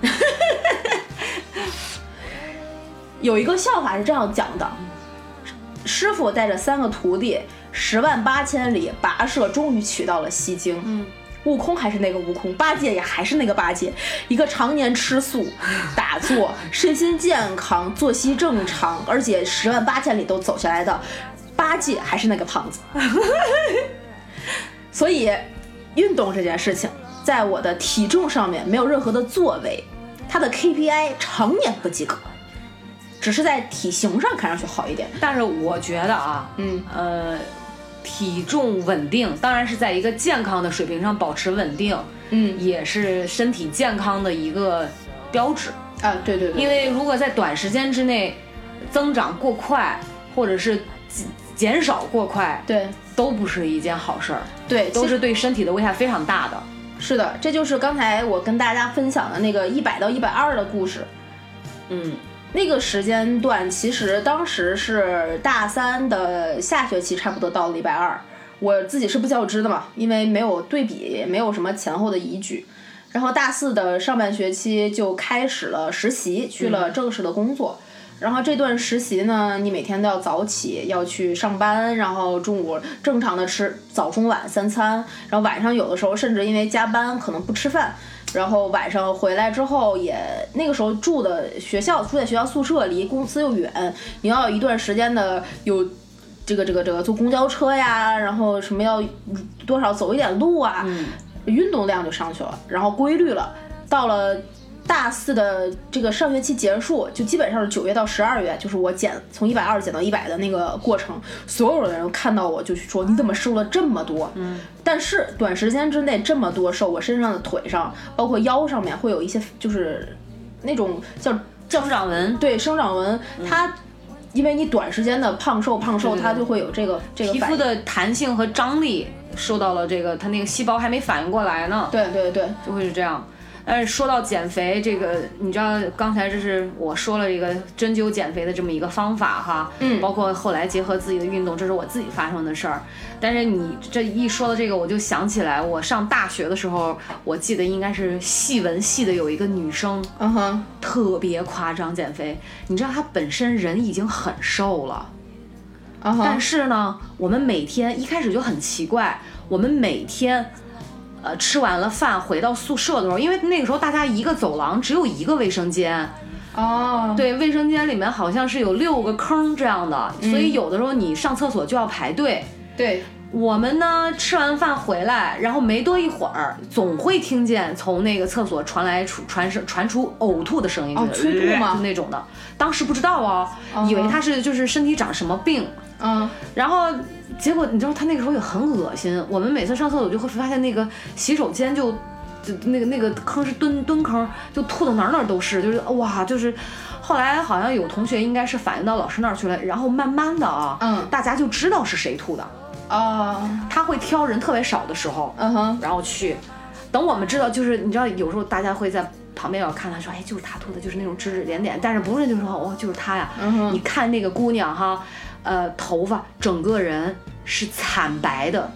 C: 有一个笑话是这样讲的：师傅带着三个徒弟，十万八千里跋涉，终于取到了西京。嗯，悟空还是那个悟空，八戒也还是那个八戒，一个常年吃素、打坐、身心健康、作息正常，而且十万八千里都走下来的八戒还是那个胖子。所以，运动这件事情，在我的体重上面没有任何的作为，它的 KPI 常年不及格，只是在体型上看上去好一点。
B: 但是我觉得啊，
C: 嗯，
B: 呃，体重稳定，当然是在一个健康的水平上保持稳定，
C: 嗯
B: 也是身体健康的一个标志。
C: 啊，对对对，
B: 因为如果在短时间之内增长过快，或者是减减少过快，
C: 对
B: 都不是一件好事儿，
C: 对
B: 都
C: 其
B: 是对身体的危害非常大的。
C: 是的，这就是刚才我跟大家分享的那个一百到一百二的故事。
B: 嗯，
C: 那个时间段，其实当时是大三的下学期，差不多到了一百二。我自己是不较之的嘛，因为没有对比，也没有什么前后的依据。然后大四的上半学期就开始了实习，去了正式的工作。然后这段实习呢，你每天都要早起，要去上班，然后中午正常的吃早中晚三餐，然后晚上有的时候甚至因为加班可能不吃饭，然后晚上回来之后也那个时候住的学校住在学校宿舍，离公司又远，你要有一段时间的有这个这个这个坐公交车呀，然后什么要多少走一点路啊，运动量就上去了，然后规律了。到了大四的这个上学期结束，就基本上是九月到十二月，就是我减从一百二减到一百的那个过程，所有的人看到我就去说你怎么瘦了这么多？嗯，但是短时间之内这么多瘦，我身上的腿上包括腰上面会有一些就是那种叫
B: 生长纹、
C: 对生长纹，它。因为你短时间的胖瘦胖瘦，
B: 对对
C: 它就会有这个这个
B: 皮
C: 反
B: 肤
C: 应。
B: 的弹性和张力受到了这个，它那个细胞还没反应过来呢，
C: 对对对，
B: 就会是这样。但是说到减肥这个，你知道刚才这是我说了一个针灸减肥的这么一个方法哈，
C: 嗯
B: 包括后来结合自己的运动，这是我自己发生的事儿。但是你这一说到这个，我就想起来，我上大学的时候，我记得应该是戏文系的有一个女生
C: 嗯哼，
B: 特别夸张减肥，你知道她本身人已经很瘦了，
C: 嗯
B: 但
C: 哼，
B: 是呢，我们每天一开始就很奇怪，我们每天。呃，吃完了饭回到宿舍的时候，因为那个时候大家一个走廊只有一个卫生间，
C: 哦，
B: 对，卫生间里面好像是有六个坑这样的，所以有的时候你上厕所就要排队。
C: 对，
B: 我们呢吃完饭回来，然后没多一会儿，总会听见从那个厕所传来出传声传出呕吐的声音，
C: 哦
B: 就是
C: 催吐吗
B: 就那种的。当时不知道哦，以为他是就是身体长什么病，
C: 嗯，
B: 然后结果你知道他那个时候也很恶心，我们每次上厕所就会发现那个洗手间就。就那个那个坑是蹲蹲坑，就吐的哪儿哪儿都是，就是哇，就是，后来好像有同学应该是反映到老师那儿去了，然后慢慢的啊，
C: 嗯
B: 大家就知道是谁吐的，
C: 哦，
B: 他会挑人特别少的时候，
C: 嗯哼，
B: 然后去。等我们知道，就是你知道，有时候大家会在旁边要看他说，哎，就是他吐的，就是那种指指点点，但是不是就说哦，就是他呀？
C: 嗯
B: 你看那个姑娘哈，呃，头发整个人是惨白的，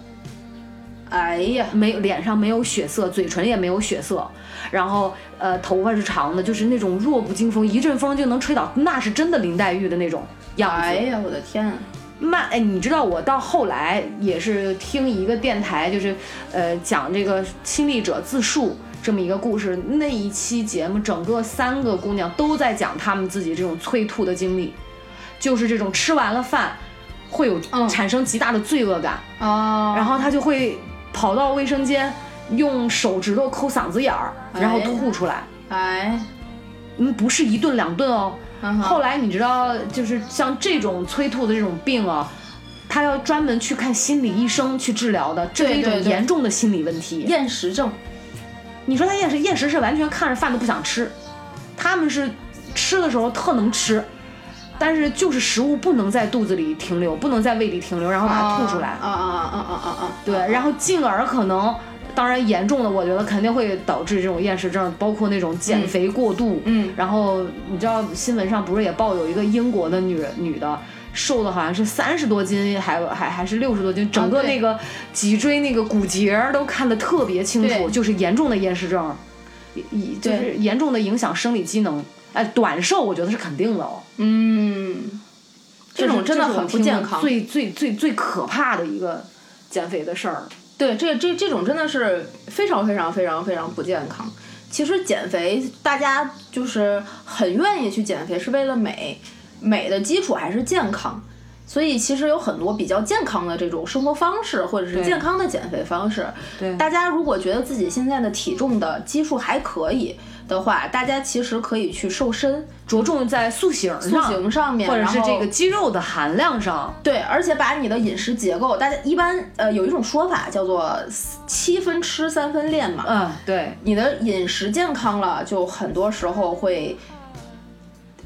C: 哎呀，
B: 没有脸上没有血色，嘴唇也没有血色，然后呃头发是长的，就是那种弱不禁风，一阵风就能吹倒，那是真的林黛玉的那种样子。
C: 哎呀，我的天啊！
B: 慢哎，你知道我到后来也是听一个电台，就是呃讲这个亲历者自述这么一个故事，那一期节目整个三个姑娘都在讲她们自己这种催吐的经历，就是这种吃完了饭会有
C: 嗯
B: 产生极大的罪恶感，
C: 哦，
B: 然后她就会跑到卫生间用手指头抠嗓子眼儿，然后
C: 哎呀
B: 吐出来，
C: 哎，
B: 嗯，不是一顿两顿哦，
C: 嗯哼
B: 后来你知道，就是像这种催吐的这种病啊，他要专门去看心理医生去治疗的，这是一
C: 对
B: 种
C: 对对
B: 严重的心理问题。
C: 厌食症，
B: 你说他厌食，厌食是完全看着饭都不想吃，他们是吃的时候特能吃，但是就是食物不能在肚子里停留，不能在胃里停留，然后把它吐出来。
C: 啊啊啊啊啊啊！
B: 对，然后进而可能，当然严重的，我觉得肯定会导致这种厌食症，包括那种减肥过度。
C: 嗯
B: 然后你知道新闻上不是也报有一个英国的女人女的。瘦的好像是三十多斤，还还还是六十多斤，整个
C: 啊对
B: 那个脊椎那个骨节儿都看得特别清楚，
C: 对
B: 就是严重的厌食症，也也就
C: 对
B: 是严重的影响生理机能。哎，短寿我觉得是肯定的哦，
C: 嗯，这种真的很不健康。
B: 最最最最可怕的一个减肥的事儿。
C: 对，这这这种真的是非常非常非常非常不健康。其实减肥，大家就是很愿意去减肥，是为了美，美的基础还是健康。所以其实有很多比较健康的这种生活方式，或者是
B: 对
C: 健康的减肥方式。
B: 对
C: 大家如果觉得自己现在的体重的基数还可以的话，大家其实可以去瘦身、
B: 着重在塑形
C: 塑
B: 上，
C: 形上面，
B: 或者是
C: 然后
B: 这个肌肉的含量上。
C: 对，而且把你的饮食结构，大家一般呃有一种说法叫做七分吃三分练嘛。
B: 嗯，对，
C: 你的饮食健康了，就很多时候会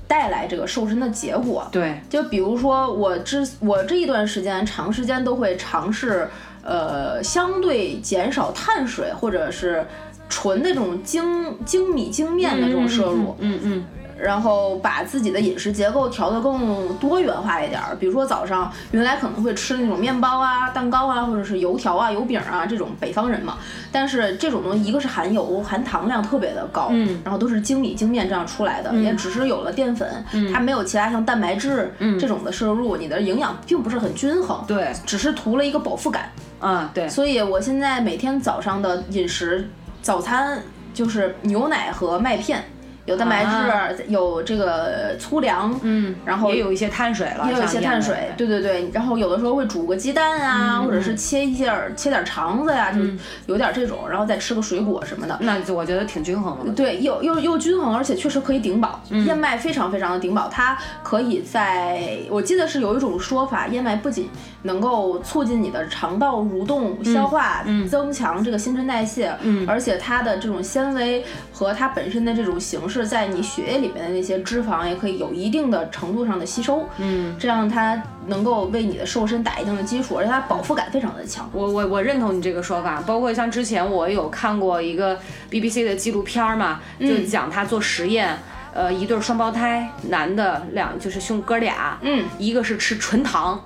C: 带来这个瘦身的结果。
B: 对，
C: 就比如说我之我这一段时间长时间都会尝试，呃，相对减少碳水或者是纯的这种精精米精面的这种摄入，
B: 嗯嗯，
C: 然后把自己的饮食结构调得更多元化一点儿。比如说早上原来可能会吃那种面包啊、蛋糕啊，或者是油条啊、油饼啊这种北方人嘛，但是这种东西一个是含油、含糖量特别的高，
B: 嗯
C: 然后都是精米精面这样出来的，也只是有了淀粉，
B: 嗯
C: 它没有其他像蛋白质、这种的摄入，你的营养并不是很均衡，
B: 对，
C: 只是图了一个饱腹感。
B: 啊对，
C: 所以我现在每天早上的饮食，早餐就是牛奶和麦片，有蛋白质，
B: 啊
C: 有这个粗粮，
B: 嗯，
C: 然后
B: 也有一些碳水了，
C: 也有一
B: 像
C: 些
B: 你讲
C: 碳
B: 的嗯
C: 水，，对对对。然后有的时候会煮个鸡蛋啊，或者是切一点儿切点儿肠子呀、就是有点这种，然后再吃个水果什么的。
B: 那就我觉得挺均衡的。
C: 对，又又又均衡，而且确实可以顶饱。燕麦非常非常的顶饱，它可以在我记得是有一种说法，燕麦不仅能够促进你的肠道蠕动、消化，增强这个新陈代谢，而且它的这种纤维和它本身的这种形式，在你血液里面的那些脂肪也可以有一定的程度上的吸收，嗯，这样它能够为你的瘦身打一定的基础，而且它饱腹感非常的强。
B: 我我我认同你这个说法，包括像之前我有看过一个 BBC 的纪录片儿嘛，就讲他做实验，呃，一对儿双胞胎男的两就是兄哥俩，
C: 嗯，
B: 一个是吃纯糖，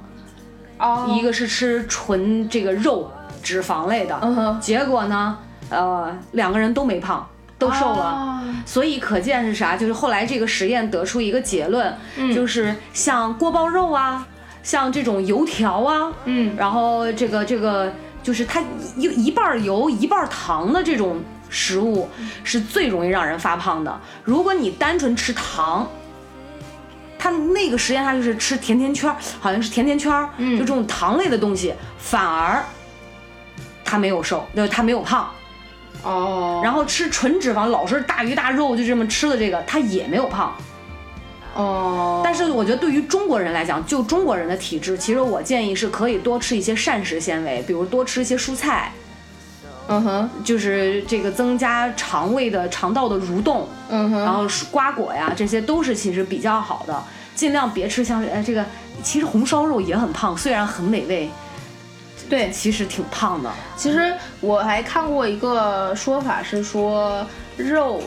C: 哦
B: 一个是吃纯这个肉脂肪类的，
C: 嗯哼
B: 结果呢，呃，两个人都没胖，都瘦了。
C: 哦
B: 所以可见是啥？就是后来这个实验得出一个结论，就是像锅包肉啊，像这种油条啊，
C: 嗯
B: 然后这个这个就是它一一半儿油一半儿糖的这种食物是最容易让人发胖的。如果你单纯吃糖，它那个实验它就是吃甜甜圈儿，好像是甜甜圈儿，
C: 嗯
B: 就这种糖类的东西，反而它没有瘦，就是它没有胖。
C: 哦，
B: 然后吃纯脂肪，老是大鱼大肉就这么吃的这个，他也没有胖。
C: 哦，
B: 但是我觉得对于中国人来讲，就中国人的体质，其实我建议是可以多吃一些膳食纤维，比如多吃一些蔬菜，
C: 嗯哼。
B: 就是这个增加肠胃的肠道的蠕动，
C: 嗯哼，
B: 然后蔬瓜果呀，这些都是其实比较好的。尽量别吃像呃这个，其实红烧肉也很胖，虽然很美味，
C: 对，
B: 其实挺胖的。
C: 其实我还看过一个说法是说肉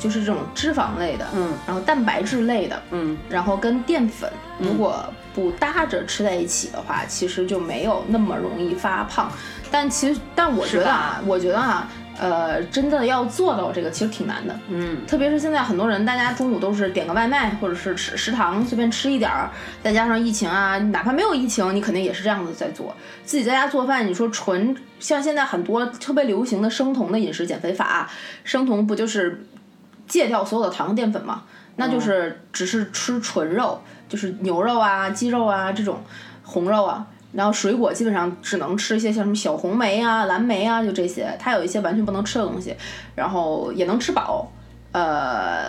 C: 就是这种脂肪类的，
B: 嗯，
C: 然后蛋白质类的，
B: 嗯，
C: 然后跟淀粉如果不搭着吃在一起的话，其实就没有那么容易发胖。但其实，但我觉得啊，我觉得啊，呃，真的要做到这个其实挺难的，
B: 嗯，
C: 特别是现在很多人，大家中午都是点个外卖，或者是吃食堂随便吃一点儿，再加上疫情啊，哪怕没有疫情，你肯定也是这样子在做。自己在家做饭，你说纯像现在很多特别流行的生酮的饮食减肥法，啊生酮不就是戒掉所有的糖淀粉嘛？那就是只是吃纯肉，就是牛肉啊、鸡肉啊这种红肉啊。然后水果基本上只能吃一些像什么小红莓啊、蓝莓啊，就这些。它有一些完全不能吃的东西，然后也能吃饱，呃，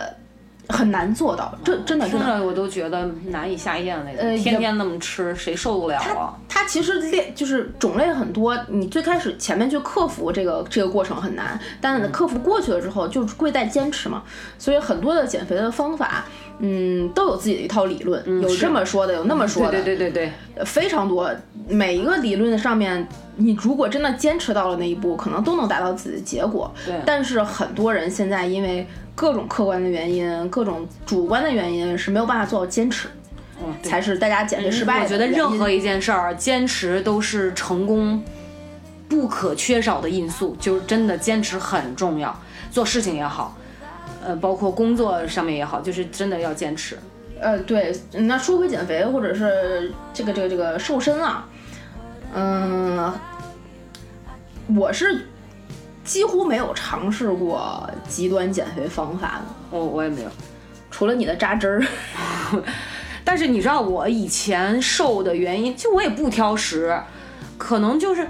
C: 很难做到，这真的真
B: 听
C: 的。
B: 着我都觉得难以下咽那
C: 呃
B: 种，天天那么吃，谁受得了啊？
C: 它其实类就是种类很多，你最开始前面去克服这个这个过程很难，但
B: 嗯
C: 是克服过去了之后，就贵在坚持嘛。所以很多的减肥的方法，嗯，都有自己的一套理论，有
B: 嗯是
C: 这么说的，有那么说
B: 对
C: 的，呃
B: 对对对对，
C: 非常多，每一个理论上面，你如果真的坚持到了那一步，可能都能达到自己的结果。
B: 对
C: 但是很多人现在因为各种客观的原因、各种主观的原因，是没有办法做到坚持，
B: 嗯，对
C: 才是大家减肥失败的
B: 我觉得
C: 原因
B: 任何一件事儿，坚持都是成功不可缺少的因素，就是真的坚持很重要。做事情也好，呃，包括工作上面也好，就是真的要坚持。
C: 呃，对，那说回减肥或者是这个这个这个瘦身啊，嗯、我是几乎没有尝试过极端减肥方法的，
B: 我我也没有，
C: 除了你的扎针儿。
B: 但是你知道我以前瘦的原因，就我也不挑食，可能就是。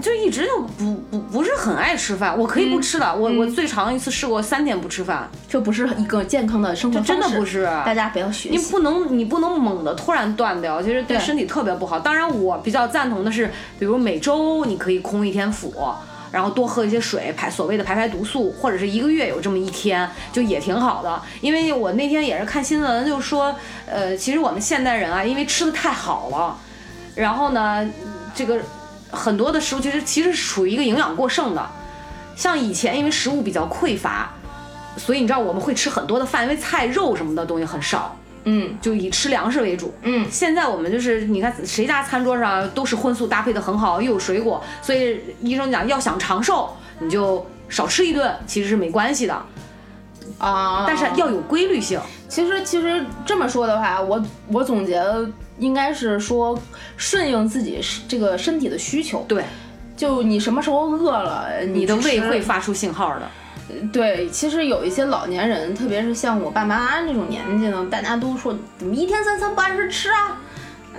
B: 就一直就不不不是很爱吃饭，我可
C: 嗯
B: 以不吃的，我我最长一次试过三天不吃饭，
C: 这不是一个健康的生活
B: 这
C: 方式，
B: 真的不是
C: 大家不要学
B: 你
C: 习。
B: 不能，你不能猛的突然断掉，其实对
C: 对
B: 身体特别不好。当然，我比较赞同的是，比如每周你可以空一天腹，然后多喝一些水，排所谓的排排毒素，或者是一个月有这么一天，就也挺好的。因为我那天也是看新闻，就说，呃，其实我们现代人啊，因为吃的太好了，然后呢，这个很多的食物其实其实是属于一个营养过剩的。像以前因为食物比较匮乏，所以你知道我们会吃很多的饭，因为菜肉什么的东西很少。
C: 嗯
B: 就以吃粮食为主。
C: 嗯，
B: 现在我们就是你看谁家餐桌上都是荤素搭配的很好，又有水果，所以医生讲要想长寿，你就少吃一顿，其实是没关系的，
C: 啊，
B: 但是要有规律性。
C: 其实其实这么说的话，我我总结应该是说顺应自己是这个身体的需求，
B: 对，
C: 就你什么时候饿了，你
B: 你的
C: 去吃
B: 胃会发出信号的。
C: 对，其实有一些老年人，特别是像我爸妈那种年纪呢，大家都说怎么一天三餐不按时吃啊？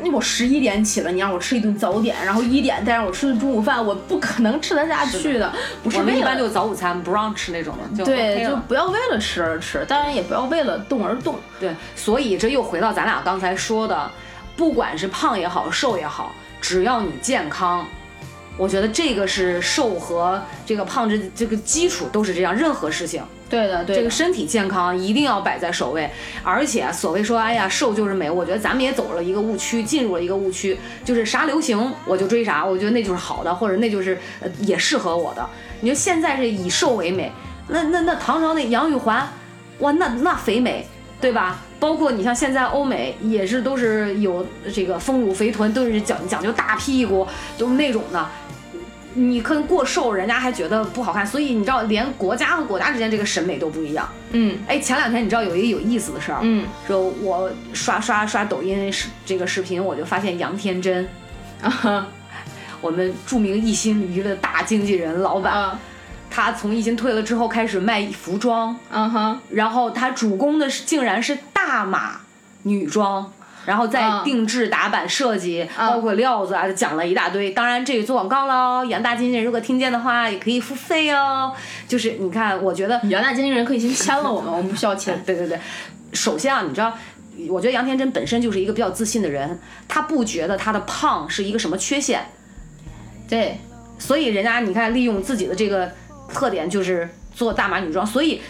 C: 那我十一点起来，你让我吃一顿早点，然后一点再让我吃顿中午饭，我不可能吃得下去的。不是
B: 我们
C: 为
B: 一般
C: 了
B: 就早午餐不让吃那种的，就 OK
C: 对，就
B: 了
C: 不要为了吃而吃，当然也不要为了动而动。
B: 对，所以这又回到咱俩刚才说的，不管是胖也好，瘦也好，只要你健康，我觉得这个是瘦和这个胖这这个基础都是这样，任何事情。
C: 对的，对的
B: 这个身体健康一定要摆在首位，而且所谓说，哎呀，瘦就是美，我觉得咱们也走了一个误区，进入了一个误区，就是啥流行我就追啥，我觉得那就是好的，或者那就是呃也适合我的。你说现在是以瘦为美，那那那唐朝那杨玉环，哇，那那肥美，对吧？包括你像现在欧美也是都是有这个丰乳肥臀，都是讲讲究大屁股，就是那种的。你可能过瘦，人家还觉得不好看，所以你知道，连国家和国家之间这个审美都不一样。
C: 嗯
B: 哎，前两天你知道有一个有意思的事儿，啊
C: 嗯
B: 说我刷刷刷抖音视这个视频，我就发现杨天真，
C: 啊哈
B: 我们著名一心娱乐大经纪人老板，
C: 啊
B: 他从一心退了之后开始卖服装，
C: 啊哈，
B: 然后他主攻的是竟然是大码女装。然后再
C: 啊
B: 定制打版设计，
C: 啊
B: 包括料子啊，讲了一大堆。当然，这里做广告喽，杨大经纪人如果听见的话，也可以付费哦。就是你看，我觉得
C: 杨大经纪人可以先签了我们，我们不需要钱。
B: 对对对，首先啊，你知道，我觉得杨天真本身就是一个比较自信的人，他不觉得他的胖是一个什么缺陷，
C: 对，
B: 所以人家你看利用自己的这个特点，就是做大码女装，所以。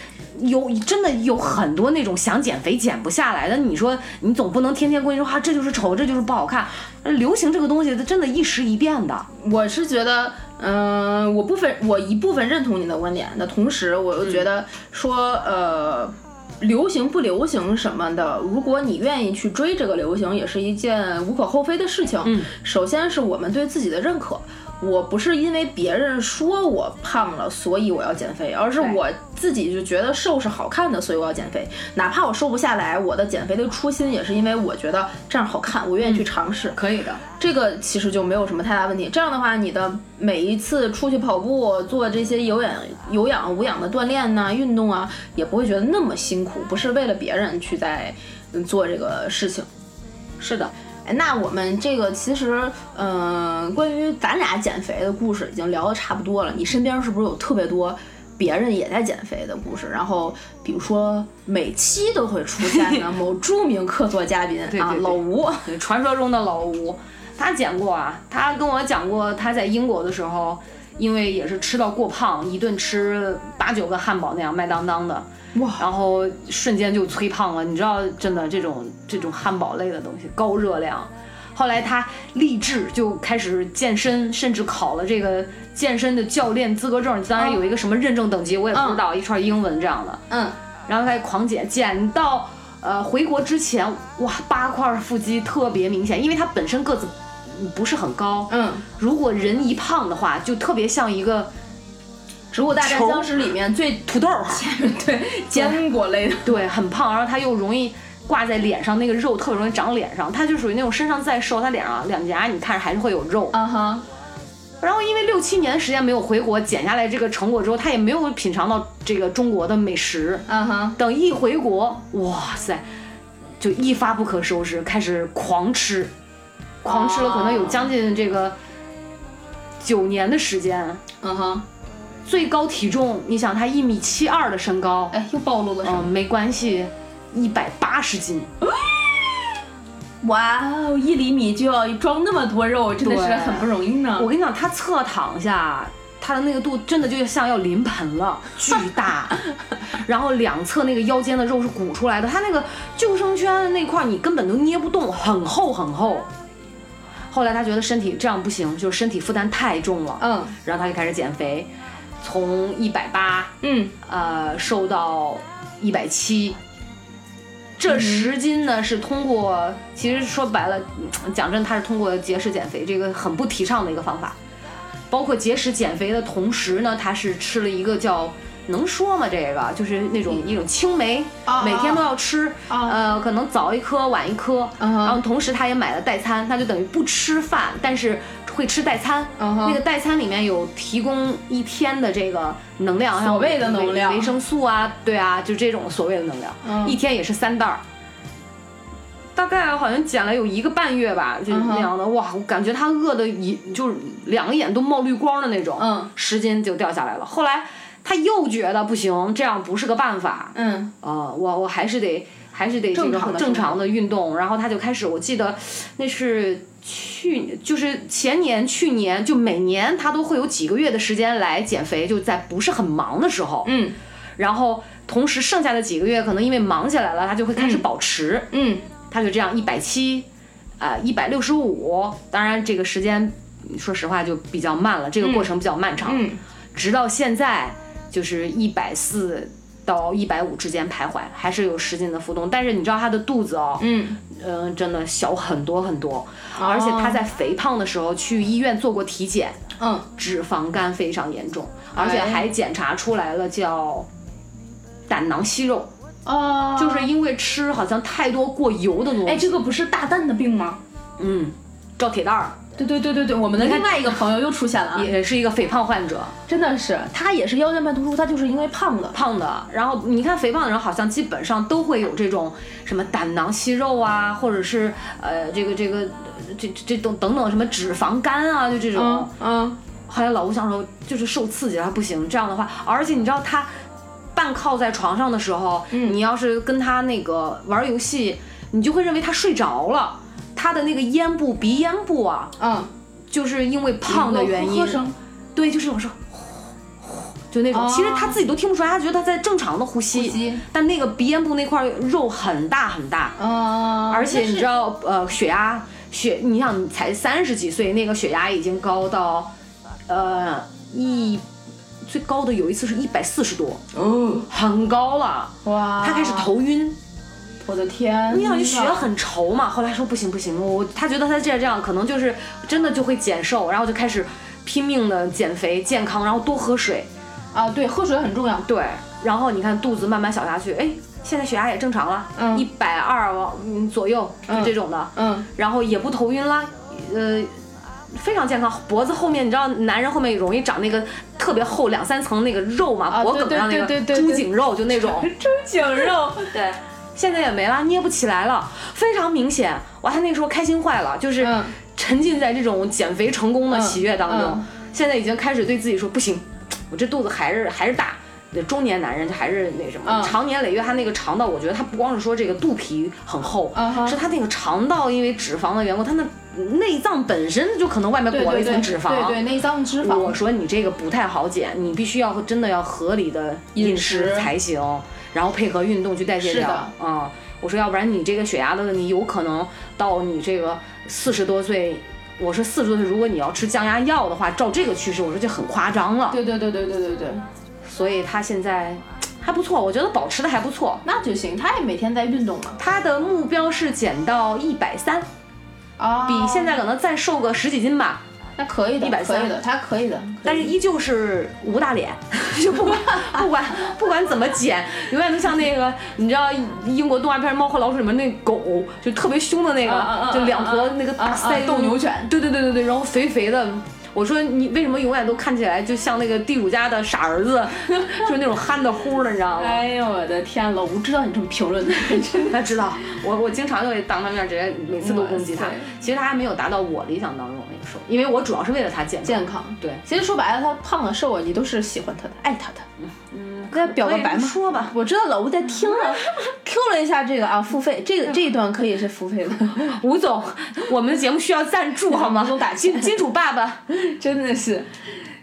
B: 有真的有很多那种想减肥减不下来的，你说你总不能天天规定说啊这就是丑，这就是不好看。流行这个东西，它真的一时一变的。
C: 我是觉得，嗯、我部分我一部分认同你的观点，那同时我
B: 嗯
C: 又觉得说，呃，流行不流行什么的，如果你愿意去追这个流行，也是一件无可厚非的事情。
B: 嗯，
C: 首先是我们对自己的认可。我不是因为别人说我胖了，所以我要减肥，而是
B: 对
C: 我自己就觉得瘦是好看的，所以我要减肥。哪怕我瘦不下来，我的减肥的初心也是因为我觉得这样好看，我愿意去尝试。
B: 可以的，
C: 这个其实就没有什么太大问题。这样的话，你的每一次出去跑步、做这些有氧、有氧、无氧的锻炼呐、运动啊，也不会觉得那么辛苦，不是为了别人去在嗯做这个事情。
B: 是的，
C: 哎，那我们这个其实，嗯、关于咱俩减肥的故事已经聊得差不多了。你身边是不是有特别多别人也在减肥的故事？然后，比如说每期都会出 现的某著名客座嘉宾
B: 对
C: 啊，
B: 对对
C: 老吴，
B: 对 传说中的老吴，他减过啊，他跟我讲过他在英国的时候，因为也是吃到过胖，一顿吃八九个汉堡那样麦当当的，
C: 哇，
B: 然后瞬间就催胖了。你知道，真的这种这种汉堡类的东西高热量。后来他立志就开始健身，甚至考了这个健身的教练资格证，当然有一个什么认证等级我也不知道，一串英文这样的。
C: 嗯，
B: 然后他就狂减，减到呃回国之前，哇，八块腹肌特别明显，因为他本身个子不是很高，
C: 嗯，
B: 如果人一胖的话，就特别像一个
C: 《植物大战
B: 球
C: 僵尸》里面最
B: 土豆儿，
C: 对坚果类的，
B: 对，很胖，然后他又容易挂在脸上，那个肉特别容易长脸上，他就属于那种身上再瘦，他脸上两颊你看着还是会有肉。
C: 啊哈，
B: 然后因为六七年时间没有回国，减下来这个成果之后，他也没有品尝到这个中国的美食，
C: 啊哈，
B: 等一回国，哇塞，就一发不可收拾，开始狂吃，狂吃了可能有将近这个九年的时间，
C: 啊哈，
B: 最高体重，你想他一米七二的身高，
C: 哎，又暴露了什
B: 嗯，
C: 么？
B: 没关系，一百八十斤，
C: 哇哦，一厘米就要装那么多肉，真的是
B: 对
C: 很不容易呢
B: 我。跟你讲，他侧躺下，他的那个肚真的就像要临盆了，巨大。 然后两侧那个腰间的肉是鼓出来的，他那个救生圈的那块儿你根本都捏不动，很厚很厚。后来他觉得身体这样不行，就是身体负担太重了，
C: 嗯
B: 然后他就开始减肥，从一百八
C: 嗯，
B: 呃瘦到一百七。这
C: 嗯
B: 十斤呢是通过，其实说白了，嗯讲真，他是通过节食减肥这个很不提倡的一个方法。包括节食减肥的同时呢，他是吃了一个叫能说吗？这个就是那种一种青梅，
C: 嗯啊
B: 每天都要吃，
C: 啊
B: 呃，可能早一颗晚一颗。
C: 嗯哼
B: 然后同时他也买了代餐，他就等于不吃饭，但是会吃代餐。
C: 嗯哼
B: 那个代餐里面有提供一天的这个能量，还有
C: 所谓的能
B: 维
C: 量
B: 维生素啊，对啊，就这种所谓的能量，
C: 嗯
B: 一天也是三袋儿。大概好像减了有一个半月吧，就是
C: 嗯哼
B: 那样的。哇，我感觉他饿的一就是两个眼都冒绿光的那种，
C: 嗯
B: 十斤就掉下来了。后来他又觉得不行，这样不是个办法，
C: 嗯
B: 呃，我我还是得还是得这
C: 正
B: 个
C: 常地
B: 正常的运动，然后他就开始，我记得那是去就是前年去年就每年他都会有几个月的时间来减肥，就在不是很忙的时候，
C: 嗯
B: 然后同时剩下的几个月可能因为忙起来了，他就会开始保持，
C: 嗯
B: 他就这样一百七，啊一百六十五，当然这个时间说实话就比较慢了，这个过程比较漫长，
C: 嗯，
B: 直到现在就是一百四到一百五之间徘徊，还是有十斤的浮动。但是你知道他的肚子哦，
C: 嗯，哦
B: 嗯、真的小很多很多，而且他在肥胖的时候去医院做过体检，
C: 嗯
B: 脂肪肝非常严重，
C: 哎
B: 而且还检查出来了叫。胆囊息肉，
C: 哦，
B: 就是因为吃好像太多过油的东西。
C: 哎，这个不是大蛋的病吗？
B: 嗯，赵铁蛋儿
C: 对对对对对，我们的另外一个朋友又出现了啊，
B: 也是一个肥胖患者，
C: 真的是，他也是腰间盘突出，他就是因为胖的。
B: 胖的。然后你看，肥胖的人好像基本上都会有这种什么胆囊息肉啊，或者是呃这个这个这这这等等等什么脂肪肝啊，就这种。
C: 嗯嗯
B: 后来老吴想说，就是受刺激了不行，这样的话，而且你知道他半靠在床上的时候，
C: 嗯
B: 你要是跟他那个玩游戏，你就会认为他睡着了。他的那个咽部、鼻咽部啊，
C: 嗯，
B: 就是因为胖的原因，
C: 喝声
B: 对，就是我说，呼呼就那种，
C: 哦
B: 其实他自己都听不出来，他觉得他在正常的呼吸，
C: 呼吸
B: 但那个鼻咽部那块肉很大很大，
C: 哦，
B: 而且你知道，呃，血压血，你想你才三十几岁，那个血压已经高到，呃，一最高的有一次是一百四十多，
C: 哦，
B: 很高了，
C: 哇，
B: 他开始，头晕，
C: 我的天，
B: 你想就血很稠嘛，后来说不行不行，我他觉得他这样这样可能就是真的就会减瘦，然后就开始拼命的减肥健康，然后多喝水，
C: 啊，对，喝水很重要，
B: 对，然后你看肚子慢慢小下去，哎，现在血压也正常了，
C: 嗯
B: 一百二往嗯左右就
C: 嗯
B: 这种的，
C: 嗯，
B: 然后也不头晕啦，呃，非常健康。脖子后面，你知道男人后面容易长那个特别厚两三层那个肉嘛，
C: 啊
B: 脖梗
C: 对对
B: 上那个
C: 对对对对
B: 猪颈肉就那 种，
C: 猪颈肉，
B: 对。现在也没了，捏不起来了，非常明显。哇，他那时候开心坏了，就是
C: 嗯
B: 沉浸在这种减肥成功的
C: 嗯
B: 喜悦当中。
C: 嗯
B: 现在已经开始对自己说，不行，我这肚子还是还是大。中年男人就还是那什么，
C: 嗯
B: 常年累月，他那个肠道，我觉得他不光是说这个肚皮很厚，
C: 嗯哼
B: 是他那个肠道因为脂肪的缘故，他那内脏本身就可能外面
C: 对
B: 裹了
C: 对
B: 一层
C: 对，
B: 脂肪。
C: 对对，内脏脂
B: 我
C: 肪，
B: 说你这个不太好减，你必须要真的要合理的饮
C: 饮
B: 食
C: 食
B: 才行，然后配合运动去代谢
C: 是
B: 掉
C: 的。
B: 嗯，我说要不然你这个血压的问题，有可能到你这个四十多岁，我说四十多岁，如果你要吃降压药的话，照这个趋势，我说就很夸张了。
C: 对对对对对对对，
B: 所以他现在还不错，我觉得保持的还不错。
C: 那就行，他也每天在运动嘛，
B: 他的目标是减到一百三，
C: 啊，
B: 比现在可能再瘦个十几斤吧，
C: 那可以的，
B: 130
C: 可以的，他可以的，可以的
B: 但是依旧是无大 脸，就不管不管不管怎么剪，永远都像那个你知道英国动画片《猫和老鼠》里面那狗，就特别凶的那个，
C: 啊啊啊
B: 就两坨
C: 啊
B: 那个
C: 啊
B: 大
C: 啊
B: 腮、
C: 斗牛犬
B: 对对对对对，然后肥肥的。我说你为什么永远都看起来就像那个地主家的傻儿子， 就是那种憨的乎的，你知道吗？
C: 哎呦我的天了，我不知道你这么评论的， 真的
B: 他知道我，我经常就会当他面直接每次都攻击他
C: 哇塞。
B: 其实他还没有达到我理想当中的那个瘦，因为我主要是为了他健康。
C: 健 康。
B: 对，
C: 其实说白了，他胖了瘦了，你都是喜欢他的，爱他的。嗯，跟他表个
B: 可以
C: 白
B: 这
C: 嘛。
B: 么说吧，
C: 我知道了，我在听 了，Q 了一下这个啊，付费，这个这一段可以是付费的，
B: 吴总， 我们的节目需要赞 助好吗？
C: 吴总打气
B: 金金主爸爸，
C: 真的是，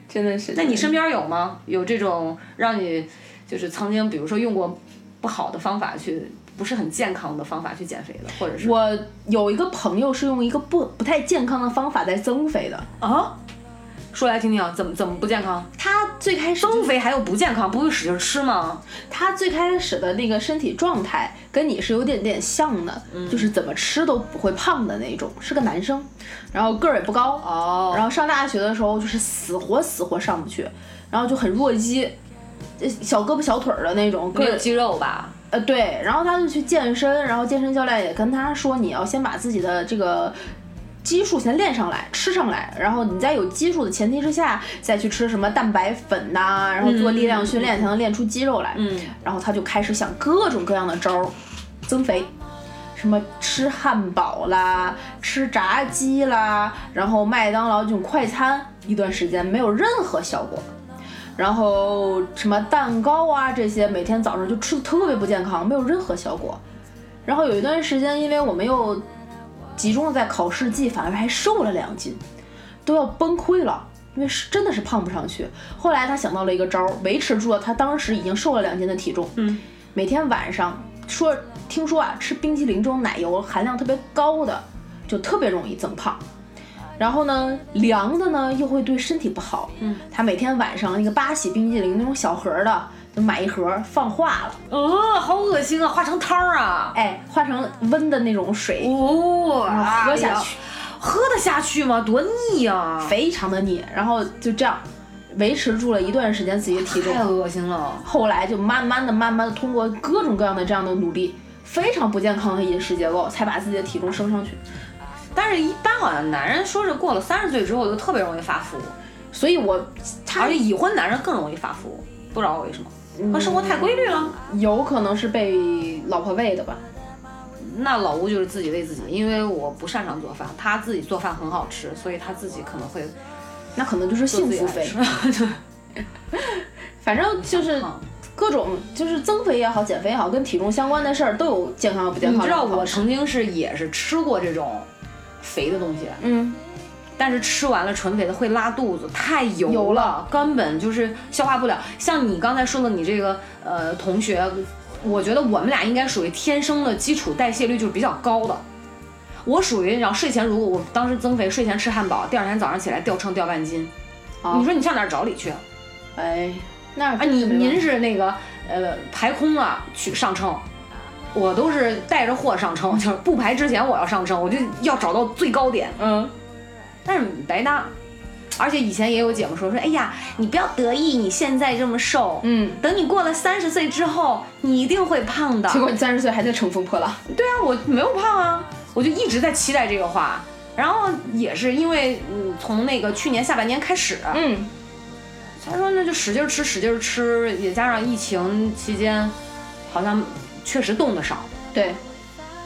C: 真的是。
B: 那你身边有吗？有这种让你就是曾经，比如说用过不好的方法去，不是很健康的方法去减肥的，或者是
C: 我有一个朋友是用一个不不太健康的方法在增肥的，
B: 啊？说来听听啊，怎么怎么不健康？
C: 他最开始
B: 增肥还有不健康，不会使劲吃吗？
C: 他最开始的那个身体状态跟你是有点点像的，
B: 嗯
C: 就是怎么吃都不会胖的那种，是个男生，然后个儿也不高，
B: 哦
C: 然后上大学的时候就是死活死活上不去，然后就很弱鸡，呃小胳膊小腿儿的那种，个
B: 没
C: 儿
B: 有肌肉吧？
C: 呃，对，然后他就去健身，然后健身教练也跟他说，你要先把自己的这个基数先练上来，吃上来，然后你在有基数的前提之下，再去吃什么蛋白粉呐、然后做力量训练，才能练出肌肉来。
B: 嗯，
C: 然后他就开始想各种各样的招儿增肥。什么吃汉堡啦，吃炸鸡啦，然后麦当劳这种快餐，一段时间没有任何效果。然后什么蛋糕啊这些，每天早上就吃的特别不健康，没有任何效果。然后有一段时间，因为我们又集中的在考试季，反而还瘦了两斤，都要崩溃了。因为是真的是胖不上去。后来他想到了一个招儿，维持住了他当时已经瘦了两斤的体重。
B: 嗯，
C: 每天晚上说，听说啊，吃冰淇淋这种奶油含量特别高的，就特别容易增胖。然后呢，凉的呢又会对身体不好。嗯，他每天晚上那个八喜冰淇淋那种小盒儿的，就买一盒儿放化了，
B: 哦，好恶心啊，化成汤儿啊！
C: 哎，化成温的那种水，
B: 哦，
C: 然后喝
B: 哎
C: 下
B: 呀
C: 去，，
B: 喝得下去吗？多腻啊！
C: 非常的腻。然后就这样维持住了一段时间自己的体重
B: 太，恶心了。
C: 后来就慢慢的、慢慢的通过各种各样的这样的努力，非常不健康的饮食结构，才把自己的体重升上去。
B: 但是，一般好像男人说是过了三十岁之后就特别容易发福，
C: 所以我
B: 而
C: 他
B: 且已婚男人更容易发福，不知道为什
C: 嗯
B: 么，和生活太规律了。
C: 有可能是被老婆喂的吧？
B: 那老吴就是自己喂自己，因为我不擅长做饭，他自己做饭很好吃，所以他自己可能会
C: 那可能就是
B: 做
C: 幸
B: 自己
C: 福
B: 爱
C: 肥
B: 吃，。
C: 反正就是
B: 嗯
C: 各种就是增肥也好，减肥也好，跟体重相关的事儿都有健康和不健
B: 你
C: 康
B: 知
C: 的
B: 道
C: 好
B: 我
C: 处
B: 曾经是也是吃过这种肥的东西，啊
C: 嗯
B: 但是吃完了纯肥的会拉肚子，太油
C: 油了
B: 根本就是消化不了。像你刚才说的，你这个呃同学，我觉得我们俩应该属于天生的基础代谢率就是比较高的。我属于，然后睡前如果我当时增肥，睡前吃汉堡，第二天早上起来掉秤掉半斤，
C: 哦
B: 你说你上哪儿找理去？
C: 哎，那
B: 啊，你您是那个呃排空了去上秤，我都是带着货上秤，就是不排之前我要上秤，我就要找到最高点，
C: 嗯，
B: 但是白搭。而且以前也有姐们说说，哎呀，你不要得意，你现在这么瘦，
C: 嗯，
B: 等你过了三十岁之后，你一定会胖的。
C: 结果你三十岁还在乘风破浪，
B: 对啊，我没有胖啊，我就一直在期待这个话。然后也是因为，嗯，从那个去年下半年开始，
C: 嗯，
B: 他说那就使劲儿吃，使劲儿吃，也加上疫情期间，好像确实动得少，
C: 对，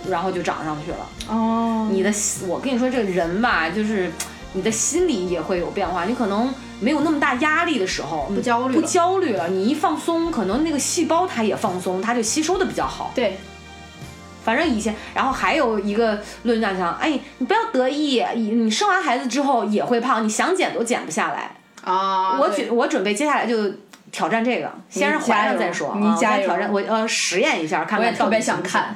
B: 然后就涨上去了。
C: 哦
B: 你的心，我跟你说，这个人吧，就是你的心理也会有变化。你可能没有那么大压力的时候，
C: 不焦虑
B: 不
C: 了
B: 焦虑了，你一放松，可能那个细胞它也放松，它就吸收的比较好。
C: 对，
B: 反正以前，然后还有一个论战讲，哎，你不要得意，你生完孩子之后也会胖，你想减都减不下来。
C: 啊，
B: 我
C: 对
B: 准我准备接下来就挑战这个，先是怀上再说。
C: 你
B: 啊
C: 加
B: 我
C: 油
B: 挑战我呃实验一下，看
C: 我也
B: 看
C: 特
B: 到
C: 别
B: 底行
C: 想
B: 不行
C: 看。，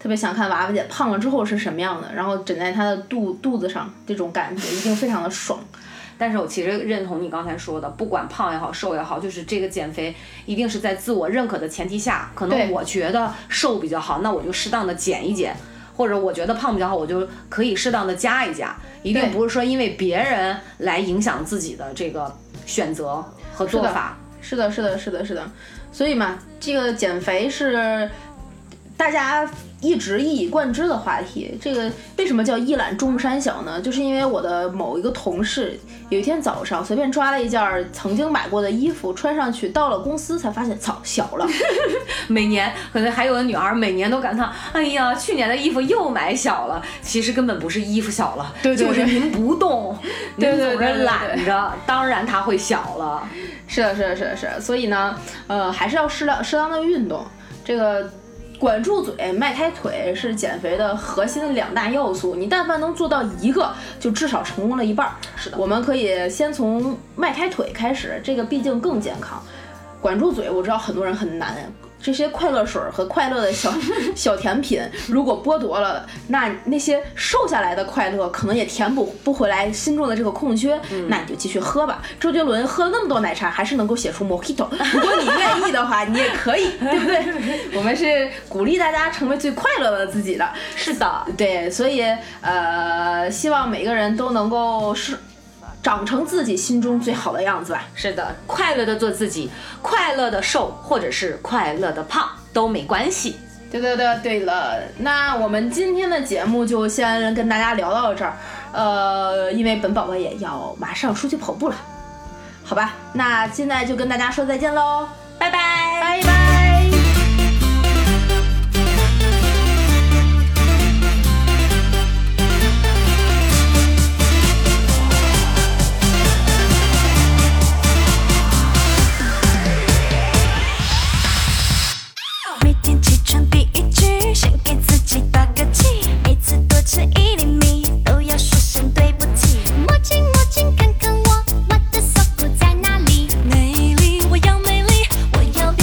C: 特别想看娃娃姐胖了之后是什么样的，然后枕在她的肚肚子上，这种感觉一定非常的爽。
B: 但是我其实认同你刚才说的，不管胖也好，瘦也好，就是这个减肥一定是在自我认可的前提下，可能
C: 对
B: 我觉得瘦比较好，那我就适当的减一减。或者我觉得胖比较好，我就可以适当的加一加，一定
C: 对
B: 不是说因为别人来影响自己的这个选择和做
C: 是的
B: 法。
C: 是的，是的，是的，是的。所以嘛，这个减肥是大家一直一以贯之的话题。这个为什么叫一览众山小呢？就是因为我的某一个同事有一天早上随便抓了一件儿曾经买过的衣服，穿上去到了公司才发现，操，小了。
B: 每年可能还有的女孩每年都感叹：“哎呀，去年的衣服又买小了。”其实根本不是衣服小了，
C: 对对
B: 就是
C: 对
B: 您不动，您
C: 对对
B: 总
C: 对
B: 是
C: 对
B: 懒着，当然它会小了。
C: 是的，是的，是的，是的。所以呢，呃，还是要适当适当的运动。这个管住嘴、迈开腿是减肥的核心的两大要素。你但凡能做到一个，就至少成功了一半儿。
B: 是的
C: 我们可以先从迈开腿开始，这个毕竟更健康。管住嘴，我知道很多人很难。这些快乐水儿和快乐的小小甜品，如果剥夺了，那那些瘦下来的快乐可能也填补不回来心中的这个空缺。那你就继续喝吧。周杰伦喝了那么多奶茶，还是能够写出 Mojito。如果你愿意的话，你也可以，对不对？我们是鼓励大家成为最快乐的自己的。
B: 是的，
C: 对，所以呃，希望每个人都能够是长成自己心中最好的样子吧。
B: 是的，快乐的做自己，快乐的瘦或者是快乐的胖都没关系。
C: 对对对，对了，那我们今天的节目就先跟大家聊到这儿，呃，因为本宝宝也要马上出去跑步了，好吧，那现在就跟大家说再见喽，
B: 拜拜。
C: 拜拜。
D: 每天起床第一句，先给自己打个气。每次多吃一厘米，都要说声对不起。墨镜，墨镜，看看我，我的锁骨在哪里？美丽，我要美丽，我要变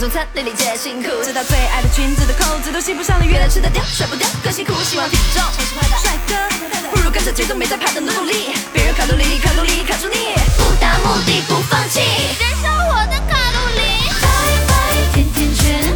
B: 中餐，那里皆辛苦。直到最爱的裙子的扣子都系不上了，原来吃得掉，甩不掉，更辛苦。希望体重帅哥，不如跟着节奏没在怕的努努力，别人卡路里卡路里卡住你，不达目的不放弃，燃烧我的卡路里，发一发一甜甜圈。